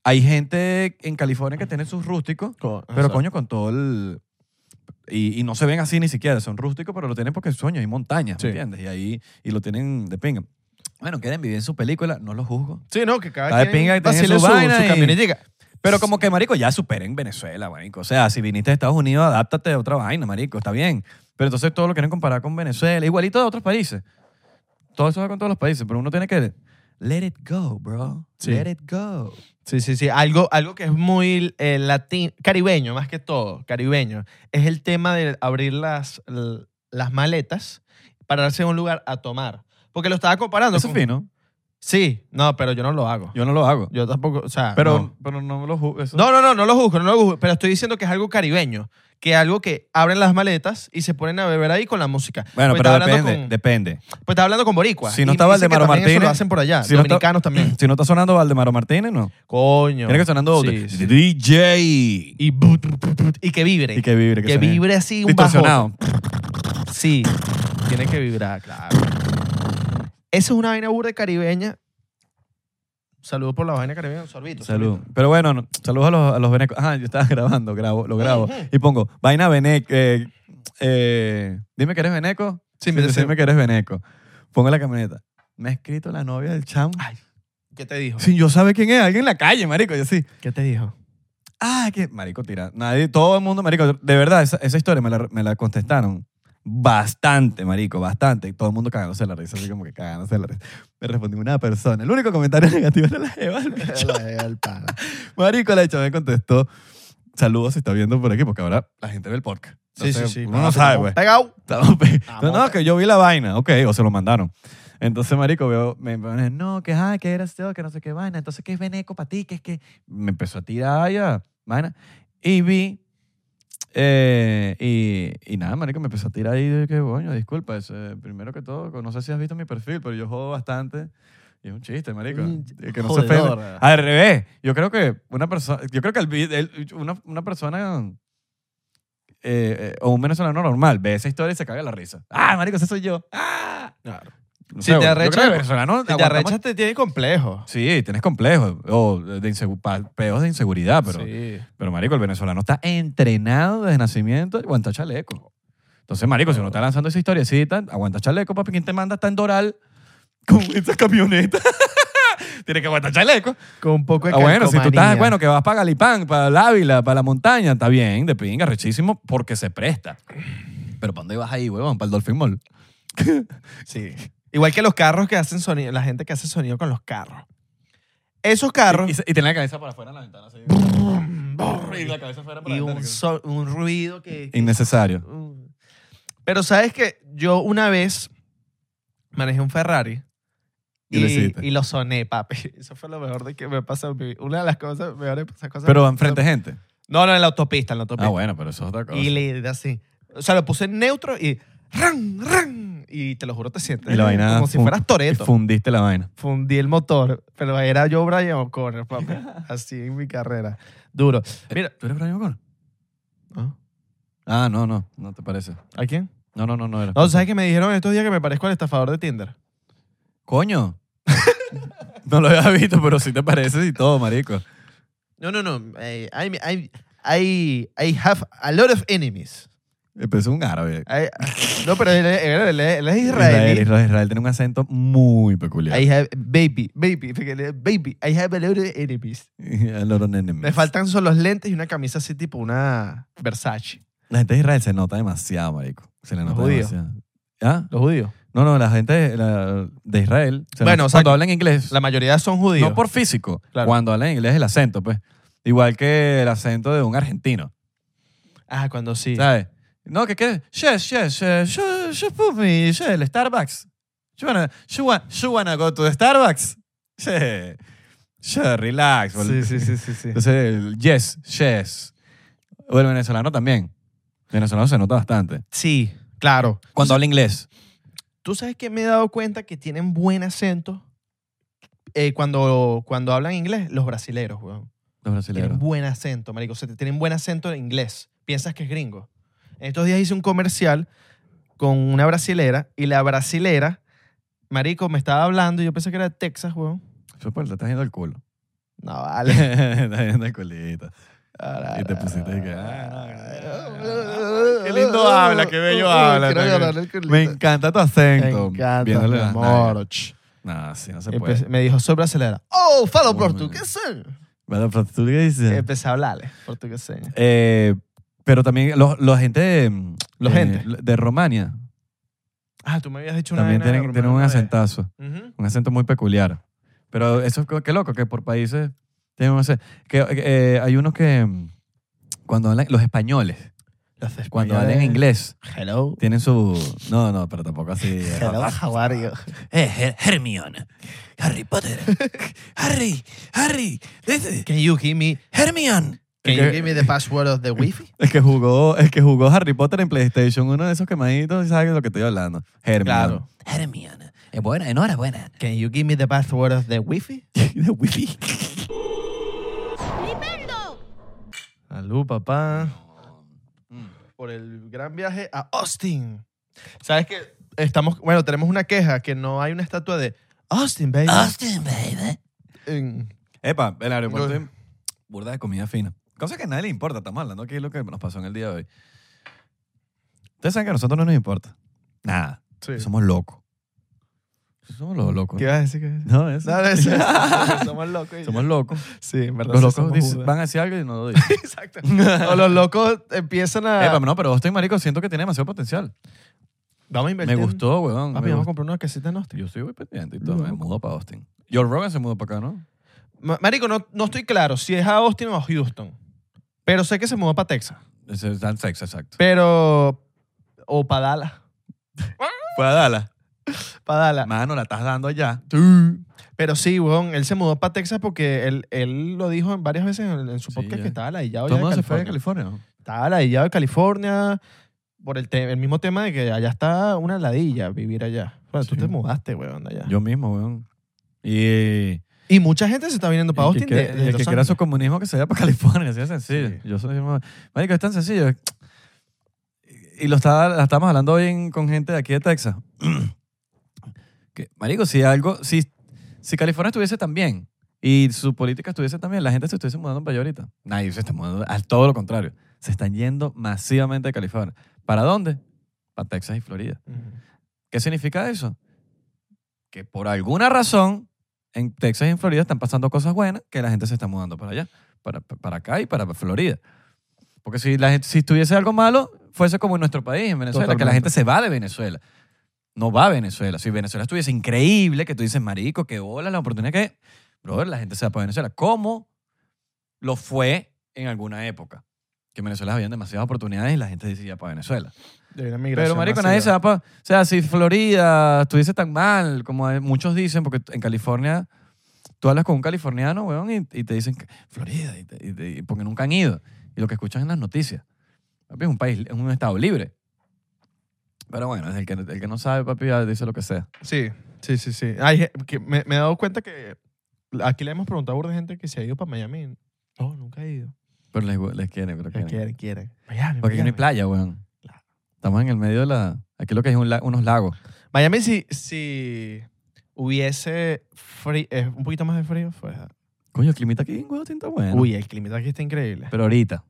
Speaker 2: hay gente en California que tiene sus rústicos, pero coño, con todo el... Y, y no se ven así ni siquiera, son rústicos, pero lo tienen porque sueño, hay montañas,
Speaker 3: Sí.
Speaker 2: ¿me entiendes? Y ahí y lo tienen de pinga. Bueno, quieren vivir en su película, no lo juzgo.
Speaker 3: Sí, no, que cada
Speaker 2: Está de
Speaker 3: quien
Speaker 2: pinga que tenga
Speaker 3: vacile
Speaker 2: su vaina y-
Speaker 3: camionetica.
Speaker 2: Pero como que, marico, ya superen Venezuela, marico. O sea, si viniste de Estados Unidos, adáptate a otra vaina, marico. Está bien. Pero entonces todo lo quieren comparar con Venezuela. Igualito de otros países. Todo eso va con todos los países. Pero uno tiene que... Let it go, bro.
Speaker 3: Sí.
Speaker 2: Let it go.
Speaker 3: Sí, sí, sí. Algo, algo que es muy eh, latin- caribeño, más que todo, caribeño, es el tema de abrir las, l- las maletas para darse a un lugar a tomar. Porque lo estaba comparando.
Speaker 2: Eso es
Speaker 3: con-
Speaker 2: fino.
Speaker 3: Sí, no, pero yo no lo hago. Yo,
Speaker 2: Yo no lo hago.
Speaker 3: tampoco, o sea.
Speaker 2: pero,
Speaker 3: no.
Speaker 2: no. pero no lo juzgo. eso-
Speaker 3: No, no, no, no lo juzgo, no lo juzgo, pero estoy diciendo que es algo caribeño, que es algo que abren las maletas y se ponen a beber ahí con la música.
Speaker 2: Bueno, pero
Speaker 3: Pues estaba hablando
Speaker 2: depende,
Speaker 3: con-
Speaker 2: depende.
Speaker 3: Pues estaba hablando con Boricua.
Speaker 2: Si no
Speaker 3: y me
Speaker 2: estaba
Speaker 3: dicen que
Speaker 2: Valdemaro
Speaker 3: también eso lo
Speaker 2: Martínez,
Speaker 3: hacen por allá,
Speaker 2: si no está-
Speaker 3: dominicanos también.
Speaker 2: Si no está sonando Valdemaro Martínez, no.
Speaker 3: Coño.
Speaker 2: Tiene que sonando
Speaker 3: Sí, sí.
Speaker 2: DJ.
Speaker 3: Y, bu- tu- tu- tu- y que vibre.
Speaker 2: Y que vibre.
Speaker 3: que
Speaker 2: suene.
Speaker 3: vibre así un bajo.
Speaker 2: Distorsionado.
Speaker 3: Sí, tiene que vibrar, claro. Eso es una vaina burda caribeña. Saludos por la vaina caribeña, un sorbito.
Speaker 2: Salud.
Speaker 3: sorbito.
Speaker 2: Pero bueno, no, saludos a los, a los venecos. Ah, yo estaba grabando, grabo, lo grabo.
Speaker 3: Ujú.
Speaker 2: Y pongo, vaina veneco. Eh, eh, dime que eres veneco.
Speaker 3: Sí, me
Speaker 2: dime,
Speaker 3: dice-
Speaker 2: que eres veneco. Pongo la camioneta. Me ha escrito la novia del chamo.
Speaker 3: Ay, ¿Qué te dijo?
Speaker 2: Sin yo saber quién es, alguien en la calle, marico. Yo sí.
Speaker 3: ¿Qué te dijo?
Speaker 2: Ah, que marico, tira. Nadie, todo el mundo, marico. De verdad, esa, esa historia me la, me la contestaron Bastante, marico, bastante. Y todo el mundo cagándose la risa, así como que cagándose la risa. Me respondió una persona. El único comentario negativo era la jeva del bicho.
Speaker 4: La de el pana.
Speaker 2: Marico, la hecha me contestó. Saludos si está viendo por aquí, porque ahora la gente ve el podcast. Entonces,
Speaker 3: Ah,
Speaker 2: Uno no sabe, pues. güey.
Speaker 4: Pegado.
Speaker 2: Estamos pe-
Speaker 4: Estamos
Speaker 2: no,
Speaker 4: pe-
Speaker 2: que yo vi la vaina, ok, o se lo mandaron. Entonces, marico, veo, me ponen, no, que ay, que eras tú, que no sé qué vaina, entonces que es veneco para ti, que es que... Me empezó a tirar ya, vaina. Y vi, eh, y, y nada, marico, me empezó a tirar ahí, de que coño, disculpa, es, eh, primero que todo, no sé si has visto mi perfil, pero yo jodo bastante. Y es un chiste, marico.
Speaker 4: Mm,
Speaker 2: y Que no se
Speaker 4: jodedor.
Speaker 2: ofende.
Speaker 3: eh.
Speaker 2: Al revés, yo creo que una persona, yo creo que el vi- el- una, una persona eh, eh, o un venezolano normal ve esa historia y se caga la risa. Ah, marico, ese soy yo. Ah. No
Speaker 3: Si te
Speaker 2: güey, yo
Speaker 3: arrecha-
Speaker 2: creo que el venezolano
Speaker 3: Si te
Speaker 2: aguanta más-
Speaker 3: arrechas, te tiene complejo.
Speaker 2: Sí, tienes complejos o de insegu- pa- peos de inseguridad, pero,
Speaker 3: sí.
Speaker 2: pero marico, el venezolano está entrenado desde nacimiento y aguanta chaleco. Entonces, marico, si uno está lanzando esa historiecita, aguanta chaleco, papi, ¿quién te manda está en Doral con esa camioneta? Tienes que aguantar chaleco.
Speaker 3: Con un poco de
Speaker 2: Ah, bueno, si tú estás,
Speaker 3: calcomanía.
Speaker 2: bueno, que vas para Galipán, para el Ávila, para la montaña, está bien, de pinga, rechísimo, porque se presta. Pero ¿para dónde vas ahí, huevón? Para el Dolphin Mall.
Speaker 3: Sí. Igual que los carros que hacen sonido, la gente que hace sonido con los carros. Esos carros.
Speaker 2: Y, y, y tener la cabeza para afuera en la ventana. Así. y la cabeza fuera para
Speaker 3: y
Speaker 2: la
Speaker 3: un,
Speaker 2: ventana.
Speaker 3: so- un ruido que... que-
Speaker 2: Innecesario.
Speaker 3: Uh. Pero sabes que yo una vez manejé un Ferrari
Speaker 2: Y lo
Speaker 3: y,
Speaker 2: hiciste.
Speaker 3: y lo soné, papi. Eso fue lo mejor de que me pasó a mí. Una de las cosas mejores esas cosas.
Speaker 2: Pero enfrente de gente.
Speaker 3: No, no, en la autopista, en la autopista.
Speaker 2: Ah, bueno, pero eso es otra cosa.
Speaker 3: Y le di así. O sea, lo puse en neutro y ran, ran. Y te lo juro, te sientes
Speaker 2: Y la vaina
Speaker 3: como si
Speaker 2: fun-
Speaker 3: fueras
Speaker 2: Y
Speaker 3: Toreto.
Speaker 2: fundiste la vaina.
Speaker 3: Fundí el motor, pero era yo Brian O'Connor, papi. Así en mi carrera. Duro. Mira.
Speaker 2: ¿Tú eres Brian O'Connor? Ah, no, no. No te parece.
Speaker 3: ¿A quién?
Speaker 2: No, no, no, no era.
Speaker 3: No, ¿sabes que me dijeron estos días que me parezco al estafador de Tinder?
Speaker 2: Coño. no lo había visto, pero sí te parece y todo, marico.
Speaker 3: No, no, no. eh, I'm- I'm- I, I have a lot of enemies.
Speaker 2: Empezó Eh, un árabe.
Speaker 3: I- no, pero él, es- él es- él es
Speaker 2: Israel,
Speaker 3: israelí.
Speaker 2: Israel, Israel tiene un acento muy peculiar.
Speaker 3: I have baby, baby, fíjate, baby. I have a lot of enemies.
Speaker 2: A lot of enemies.
Speaker 3: Me faltan solo los lentes y una camisa así tipo una Versace.
Speaker 2: La gente de Israel se nota demasiado, marico. Se le
Speaker 3: Los
Speaker 2: nota
Speaker 3: judíos.
Speaker 2: demasiado. ¿Ah?
Speaker 3: Los judíos.
Speaker 2: No, no, la gente de, la- de Israel. se
Speaker 3: Bueno,
Speaker 2: nota-
Speaker 3: o sea,
Speaker 2: cuando hablan inglés.
Speaker 3: La mayoría son judíos.
Speaker 2: No por físico.
Speaker 3: Claro.
Speaker 2: Cuando hablan inglés el acento, pues. Igual que el acento de un argentino.
Speaker 3: Ah, cuando sí.
Speaker 2: ¿Sabes? No, que qué. Yes, yes, yes. Yo, yo put me, yes, el Starbucks. You wanna, you wa- you wanna go to the Starbucks? Yeah. Yeah, relax. bol-
Speaker 3: Sí, sí, sí, sí, sí.
Speaker 2: Entonces, el yes, yes. O el venezolano también. El venezolano se nota bastante.
Speaker 3: Sí, claro.
Speaker 2: Cuando habla inglés.
Speaker 3: ¿Tú sabes que me he dado cuenta que tienen buen acento eh, cuando, cuando hablan inglés? Los brasileros, weón.
Speaker 2: Los
Speaker 3: Tienen buen acento, marico. O sea, te- tienen buen acento en inglés. Piensas que es gringo. En estos días hice un comercial con una brasilera y la brasilera, marico, me estaba hablando y yo pensé que era de Texas, weón.
Speaker 2: Supongo que te estás yendo el culo.
Speaker 3: No, vale.
Speaker 2: estás yendo el culito. Y te pusiste de que. ah, no, Qué lindo habla, qué bello habla.
Speaker 4: Quiero
Speaker 2: te-
Speaker 4: agarrar el culito.
Speaker 2: Me encanta tu acento.
Speaker 3: Me encanta,
Speaker 2: Viéndole
Speaker 3: mi
Speaker 2: las
Speaker 3: amor.
Speaker 2: nalgas.
Speaker 3: Ch.
Speaker 2: No, sí, no se
Speaker 3: Empecé-
Speaker 2: puede.
Speaker 3: me dijo, soy brasilera. Oh, falo
Speaker 2: Oh,
Speaker 3: portugués.
Speaker 2: Bueno, pero eh. tú qué dices.
Speaker 3: Empecé a hablarle portugués.
Speaker 2: Eh, pero también los, los gente de, mm,
Speaker 3: Los
Speaker 2: de-
Speaker 3: gente.
Speaker 2: de Romania
Speaker 3: Ah, tú me habías dicho una
Speaker 2: también
Speaker 3: vaina de
Speaker 2: tienen, tienen un
Speaker 3: Romano de-
Speaker 2: acentazo,
Speaker 3: Ujú.
Speaker 2: un acento muy peculiar. Pero eso es co- qué loco, que por países tienen un acento. Que, eh, hay unos que mm, cuando hablan, los españoles,
Speaker 3: Los
Speaker 2: cuando
Speaker 3: españoles.
Speaker 2: hablan inglés,
Speaker 3: Hello.
Speaker 2: tienen su... No, no, pero tampoco así.
Speaker 4: Hello, how are you?
Speaker 2: Eh, Her- Hermione. Harry Potter. Harry, Harry. this is
Speaker 3: Can you give me,
Speaker 2: Hermione.
Speaker 3: can
Speaker 2: El
Speaker 3: you
Speaker 2: que-
Speaker 4: Give
Speaker 3: give
Speaker 4: me the password of the wifi.
Speaker 2: El que jugó, el que jugó Harry Potter en PlayStation, uno de esos quemaditos, ¿sabes de lo que estoy hablando? Hermione.
Speaker 3: Claro.
Speaker 2: Hermione. Es buena, enhorabuena.
Speaker 3: can you give me the password of the wifi? Salud, papá. Mm. Por el gran viaje a Austin. ¿Sabes que Estamos, bueno, tenemos una queja que no hay una estatua de Austin, baby.
Speaker 2: Austin, baby.
Speaker 3: En-
Speaker 2: Epa, el aeropuerto
Speaker 3: Yo-
Speaker 2: es burda de comida fina. Cosa que a nadie le importa, estamos hablando aquí de lo que nos pasó en el día de hoy. Ustedes saben que a nosotros no nos importa. Nada.
Speaker 3: Sí.
Speaker 2: Somos locos. Somos los locos.
Speaker 3: ¿Qué vas a decir? ¿Qué vas a
Speaker 2: No,
Speaker 3: decir?
Speaker 2: eso.
Speaker 3: No, no, eso- eso- somos locos. y-
Speaker 2: Somos locos.
Speaker 3: sí, en verdad.
Speaker 2: Los
Speaker 3: sí
Speaker 2: locos
Speaker 3: somos
Speaker 2: dicen-
Speaker 3: Judas.
Speaker 2: van a decir algo y no lo dicen.
Speaker 3: Exacto. O los locos empiezan a.
Speaker 2: Epa, no, pero Austin, marico, siento que tiene demasiado potencial.
Speaker 3: Vamos a invertir.
Speaker 2: Me gustó, weón.
Speaker 3: Papi,
Speaker 2: me
Speaker 3: vamos a
Speaker 2: gustó.
Speaker 3: comprar una casita en Austin.
Speaker 2: Yo soy muy pendiente y todo.
Speaker 3: No,
Speaker 2: me
Speaker 3: vamos
Speaker 2: mudo para Austin. Joe Rogan se mudó para acá, ¿no?
Speaker 3: Ma- Marico, no, no estoy claro si es a Austin o a Houston. Pero sé que se mudó para Texas.
Speaker 2: Ese Es Dan Sex, exacto.
Speaker 3: Pero. O para Dallas.
Speaker 2: Fue a Dallas.
Speaker 3: Para Dallas.
Speaker 2: Mano, la estás dando allá.
Speaker 3: Pero sí, weón, él se mudó para Texas porque él, él lo dijo en varias veces en, en su
Speaker 2: Sí,
Speaker 3: podcast
Speaker 2: ya.
Speaker 3: que estaba ladillado
Speaker 2: Todo
Speaker 3: ya
Speaker 2: el
Speaker 3: de
Speaker 2: mundo se
Speaker 3: California.
Speaker 2: fue de California. ¿no?
Speaker 3: Estaba ladillado de California por el, te- el mismo tema de que allá está una ladilla vivir allá. Bueno, tú
Speaker 2: Sí.
Speaker 3: te mudaste, weón, de allá.
Speaker 2: Yo mismo, weón. Y.
Speaker 3: Y mucha gente se está viniendo para
Speaker 2: el que
Speaker 3: Austin
Speaker 2: quiera-
Speaker 3: de, desde
Speaker 2: el que
Speaker 3: Los
Speaker 2: quiera su
Speaker 3: Ángeles.
Speaker 2: comunismo que se vaya para California, así de sencillo.
Speaker 3: Sí.
Speaker 2: Yo soy mismo. Marico, es tan sencillo. Y lo estaba, la estábamos hablando hoy en- con gente de aquí de Texas. que, marico, si algo, si, si California estuviese tan bien y su política estuviese tan bien, la gente se estuviese mudando para allá ahorita. Nadie se está mudando, al todo lo contrario. Se están yendo masivamente de California. ¿Para dónde? Para Texas y Florida.
Speaker 3: Ujú.
Speaker 2: ¿Qué significa eso? Que por alguna razón en Texas y en Florida están pasando cosas buenas que la gente se está mudando para allá, para, para acá y para Florida. Porque si, la gente, si estuviese algo malo, fuese como en nuestro país, en Venezuela, que la
Speaker 3: Totalmente.
Speaker 2: gente se va de Venezuela. No va a Venezuela. Si Venezuela estuviese increíble, que tú dices, marico, que bola la oportunidad que... hay", Brother, la gente se va para Venezuela. ¿Cómo lo fue en alguna época? Que en Venezuela habían demasiadas oportunidades y la gente decía para Venezuela.
Speaker 3: De una migración
Speaker 2: Pero, marico,
Speaker 3: masiva.
Speaker 2: nadie se va pa- O sea, si Florida estuviese tan mal, como hay- muchos dicen, porque en California, tú hablas con un californiano, weón, y, y te dicen, que- Florida, y te- y te- y porque nunca han ido. Y lo que escuchan en las noticias. Papi, es un país, es un estado libre. Pero bueno, es el que, el que no sabe, papi, ya dice lo que sea.
Speaker 3: Sí, sí, sí, sí. Hay ge- que me, me he dado cuenta que aquí le hemos preguntado a burda de gente que se ha ido para Miami. No, nunca he ido.
Speaker 2: Pero les, les quiere, pero quieren.
Speaker 3: Quieren, quieren. Miami,
Speaker 2: Porque aquí no hay
Speaker 3: Miami.
Speaker 2: playa, weón. Estamos en el medio de la... Aquí lo que hay es un la- unos lagos.
Speaker 3: Miami si, si hubiese frí- eh, un poquito más de frío, fue...
Speaker 2: Coño, el climita aquí en Guadalajara está bueno.
Speaker 3: Uy, el clima aquí está increíble.
Speaker 2: Pero ahorita,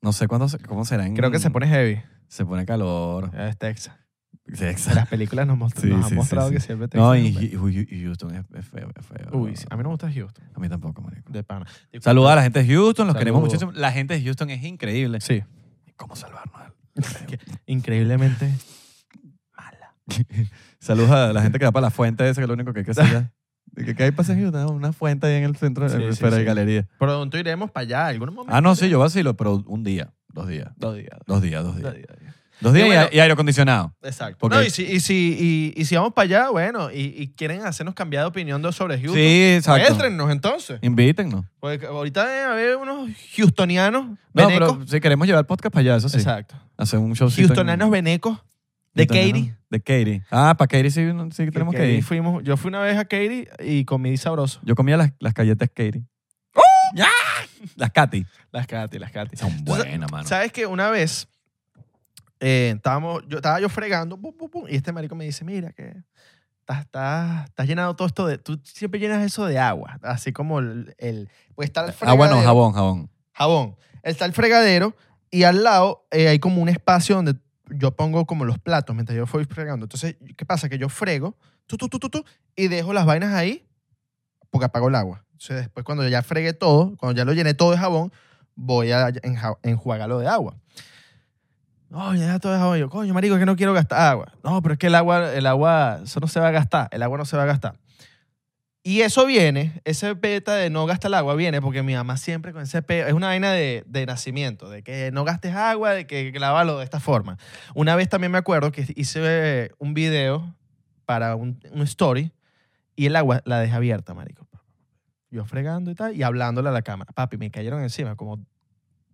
Speaker 2: no sé cuándo, se- cómo será en-
Speaker 3: Creo que se pone heavy.
Speaker 2: Se pone calor.
Speaker 3: Ya Es Texas.
Speaker 2: Sí,
Speaker 3: En
Speaker 2: exacto.
Speaker 3: las películas nos, most-
Speaker 2: Sí,
Speaker 3: nos
Speaker 2: sí,
Speaker 3: han
Speaker 2: sí,
Speaker 3: mostrado
Speaker 2: sí.
Speaker 3: que siempre Texas.
Speaker 2: No,
Speaker 3: es
Speaker 2: y,
Speaker 3: un pe-
Speaker 2: y- uy, y Houston es, es feo, es feo.
Speaker 3: Uy, sí, a mí no me gusta Houston.
Speaker 2: A mí tampoco, marico.
Speaker 3: De pana.
Speaker 2: Saluda a la gente de Houston, los queremos
Speaker 3: Saludos.
Speaker 2: muchísimo. La gente de Houston es increíble.
Speaker 3: Sí.
Speaker 2: ¿Cómo salvarnos?
Speaker 3: Increíblemente.
Speaker 2: Saludos a la gente que va para la fuente esa, que es lo único que hay que hacer ya. ¿De ¿Qué, qué hay para hacer en Houston? Ah, Una fuente ahí en el centro,
Speaker 3: Sí,
Speaker 2: en el
Speaker 3: sí,
Speaker 2: fuera de
Speaker 3: sí.
Speaker 2: galería.
Speaker 3: Pronto iremos para allá. ¿Algún momento?
Speaker 2: Ah, no, sí, yo vacilo, pero un día, dos días.
Speaker 3: Dos días.
Speaker 2: Dos días, dos días.
Speaker 3: Dos días.
Speaker 2: Dos días y,
Speaker 3: Y bueno-
Speaker 2: y aire acondicionado.
Speaker 3: Exacto.
Speaker 2: Porque-
Speaker 3: No, y si, y, si, y, y si vamos para allá, bueno, y, y quieren hacernos cambiar de opinión de- sobre Houston,
Speaker 2: Sí, exacto.
Speaker 3: muéstrenos entonces.
Speaker 2: Invítennos.
Speaker 3: Porque ahorita deben haber unos houstonianos
Speaker 2: No,
Speaker 3: venecos.
Speaker 2: pero si queremos llevar el podcast para allá, eso sí.
Speaker 3: Exacto.
Speaker 2: Hacer un
Speaker 3: Pues
Speaker 2: show.
Speaker 3: Houstonanos venecos de Katie.
Speaker 2: De Katie. Ah, para Katie sí, no- sí tenemos que
Speaker 3: Katie
Speaker 2: ir.
Speaker 3: Fuimos, yo fui una vez a Katie y comí sabroso.
Speaker 2: Yo comía las, las galletas Katie.
Speaker 3: ¡Oh!
Speaker 2: ¡Ya! Las Katy.
Speaker 3: Las Katy, las Katy.
Speaker 2: Son
Speaker 3: Entonces,
Speaker 2: buenas, mano.
Speaker 3: ¿Sabes que Una vez eh, estábamos, yo, estaba yo fregando pum, pum, pum, y este marico me dice, mira que estás, estás, estás llenado todo esto de... Tú siempre llenas eso de agua, así como el... el pues está el
Speaker 2: Ah, bueno,
Speaker 3: fregadero-
Speaker 2: jabón, jabón.
Speaker 3: jabón. Está el fregadero y al lado eh, hay como un espacio donde yo pongo como los platos mientras yo voy fregando. Entonces, ¿qué pasa? Que yo frego tu, tu, tu, tu, tu, y dejo las vainas ahí porque apago el agua. Entonces, después cuando ya fregué todo, cuando ya lo llené todo de jabón, voy a enja- enjuagarlo de agua. No, ya deja todo de jabón. Yo, coño, marico, es que no quiero gastar agua. No, pero es que el agua, el agua, eso no se va a gastar. El agua no se va a gastar. Y eso viene, ese beta de no gastar el agua viene porque mi mamá siempre con ese pe es una vaina de, de nacimiento, de que no gastes agua, de que lávalo de esta forma. Una vez también me acuerdo que hice eh, un video para un, un story y el agua la dejé abierta, marico. Yo fregando y tal y hablándole a la cámara. Papi, me cayeron encima como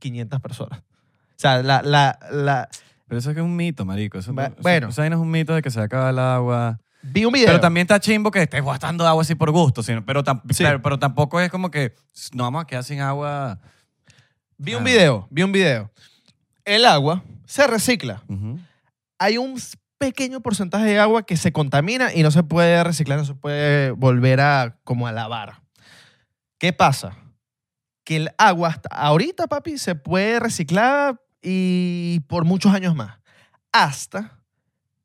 Speaker 3: 500 personas. O sea, la, la, la...
Speaker 2: Pero eso es que es un mito, marico. Eso,
Speaker 3: Bu-
Speaker 2: eso-
Speaker 3: bueno.
Speaker 2: Esa vaina es un mito de que se acaba el agua.
Speaker 3: Vi un video.
Speaker 2: Pero también está chimbo que estés gastando agua así por gusto. sino- pero, tam-
Speaker 3: Sí.
Speaker 2: pero, pero tampoco es como que no vamos a quedar sin agua.
Speaker 3: vi un
Speaker 2: Ah.
Speaker 3: video, vi un video. El agua se recicla.
Speaker 2: Ujú.
Speaker 3: hay un s- pequeño porcentaje de agua que se contamina y no se puede reciclar, no se puede volver a como a lavar. ¿Qué pasa? Que el agua hasta ahorita, papi, se puede reciclar y por muchos años más. Hasta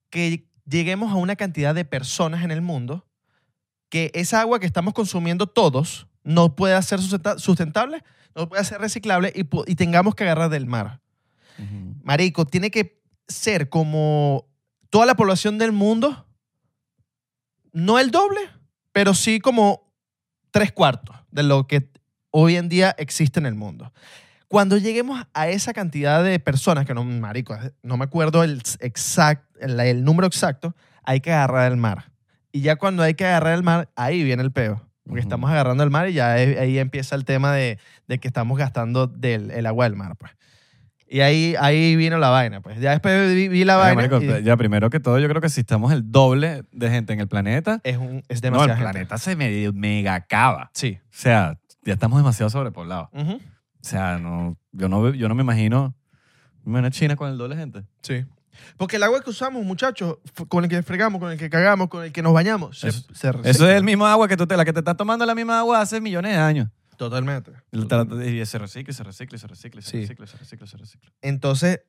Speaker 3: que lleguemos a una cantidad de personas en el mundo que esa agua que estamos consumiendo todos no pueda ser sustenta- sustentable, no pueda ser reciclable y pu- y tengamos que agarrar del mar.
Speaker 2: Ujú.
Speaker 3: Marico, tiene que ser como toda la población del mundo, no el doble, pero sí como tres cuartos de lo que hoy en día existe en el mundo. Cuando lleguemos a esa cantidad de personas, que no, marico, no me acuerdo el, exact, el, el número exacto, hay que agarrar el mar. Y ya cuando hay que agarrar el mar, ahí viene el peo. Porque
Speaker 2: Ujú.
Speaker 3: estamos agarrando el mar y ya ahí ahí empieza el tema de, de que estamos gastando del, el agua del mar, pues. Y ahí, ahí vino la vaina, pues. Ya después vi, vi la
Speaker 2: Ay,
Speaker 3: vaina.
Speaker 2: marico,
Speaker 3: y
Speaker 2: Ya primero que todo, yo creo que si estamos el doble de gente en el planeta,
Speaker 3: es, un, es
Speaker 2: no, el
Speaker 3: demasiado.
Speaker 2: planeta se me, mega acaba.
Speaker 3: Sí.
Speaker 2: O sea, ya estamos demasiado sobrepoblados.
Speaker 3: Ujú.
Speaker 2: O sea, no, yo, no, yo no me imagino una China con el doble de gente.
Speaker 3: Sí. Porque el agua que usamos, muchachos, f- con el que fregamos, con el que cagamos, con el que nos bañamos, se-
Speaker 2: Eso-
Speaker 3: se
Speaker 2: Eso es
Speaker 3: recicla.
Speaker 2: el mismo agua que tú te, la que te estás tomando es la misma agua hace millones de años.
Speaker 3: Totalmente.
Speaker 2: Y tra- Y se recicla, y se recicla, y se recicla, y se
Speaker 3: Sí.
Speaker 2: recicla, y se recicla, y se recicla.
Speaker 3: Entonces,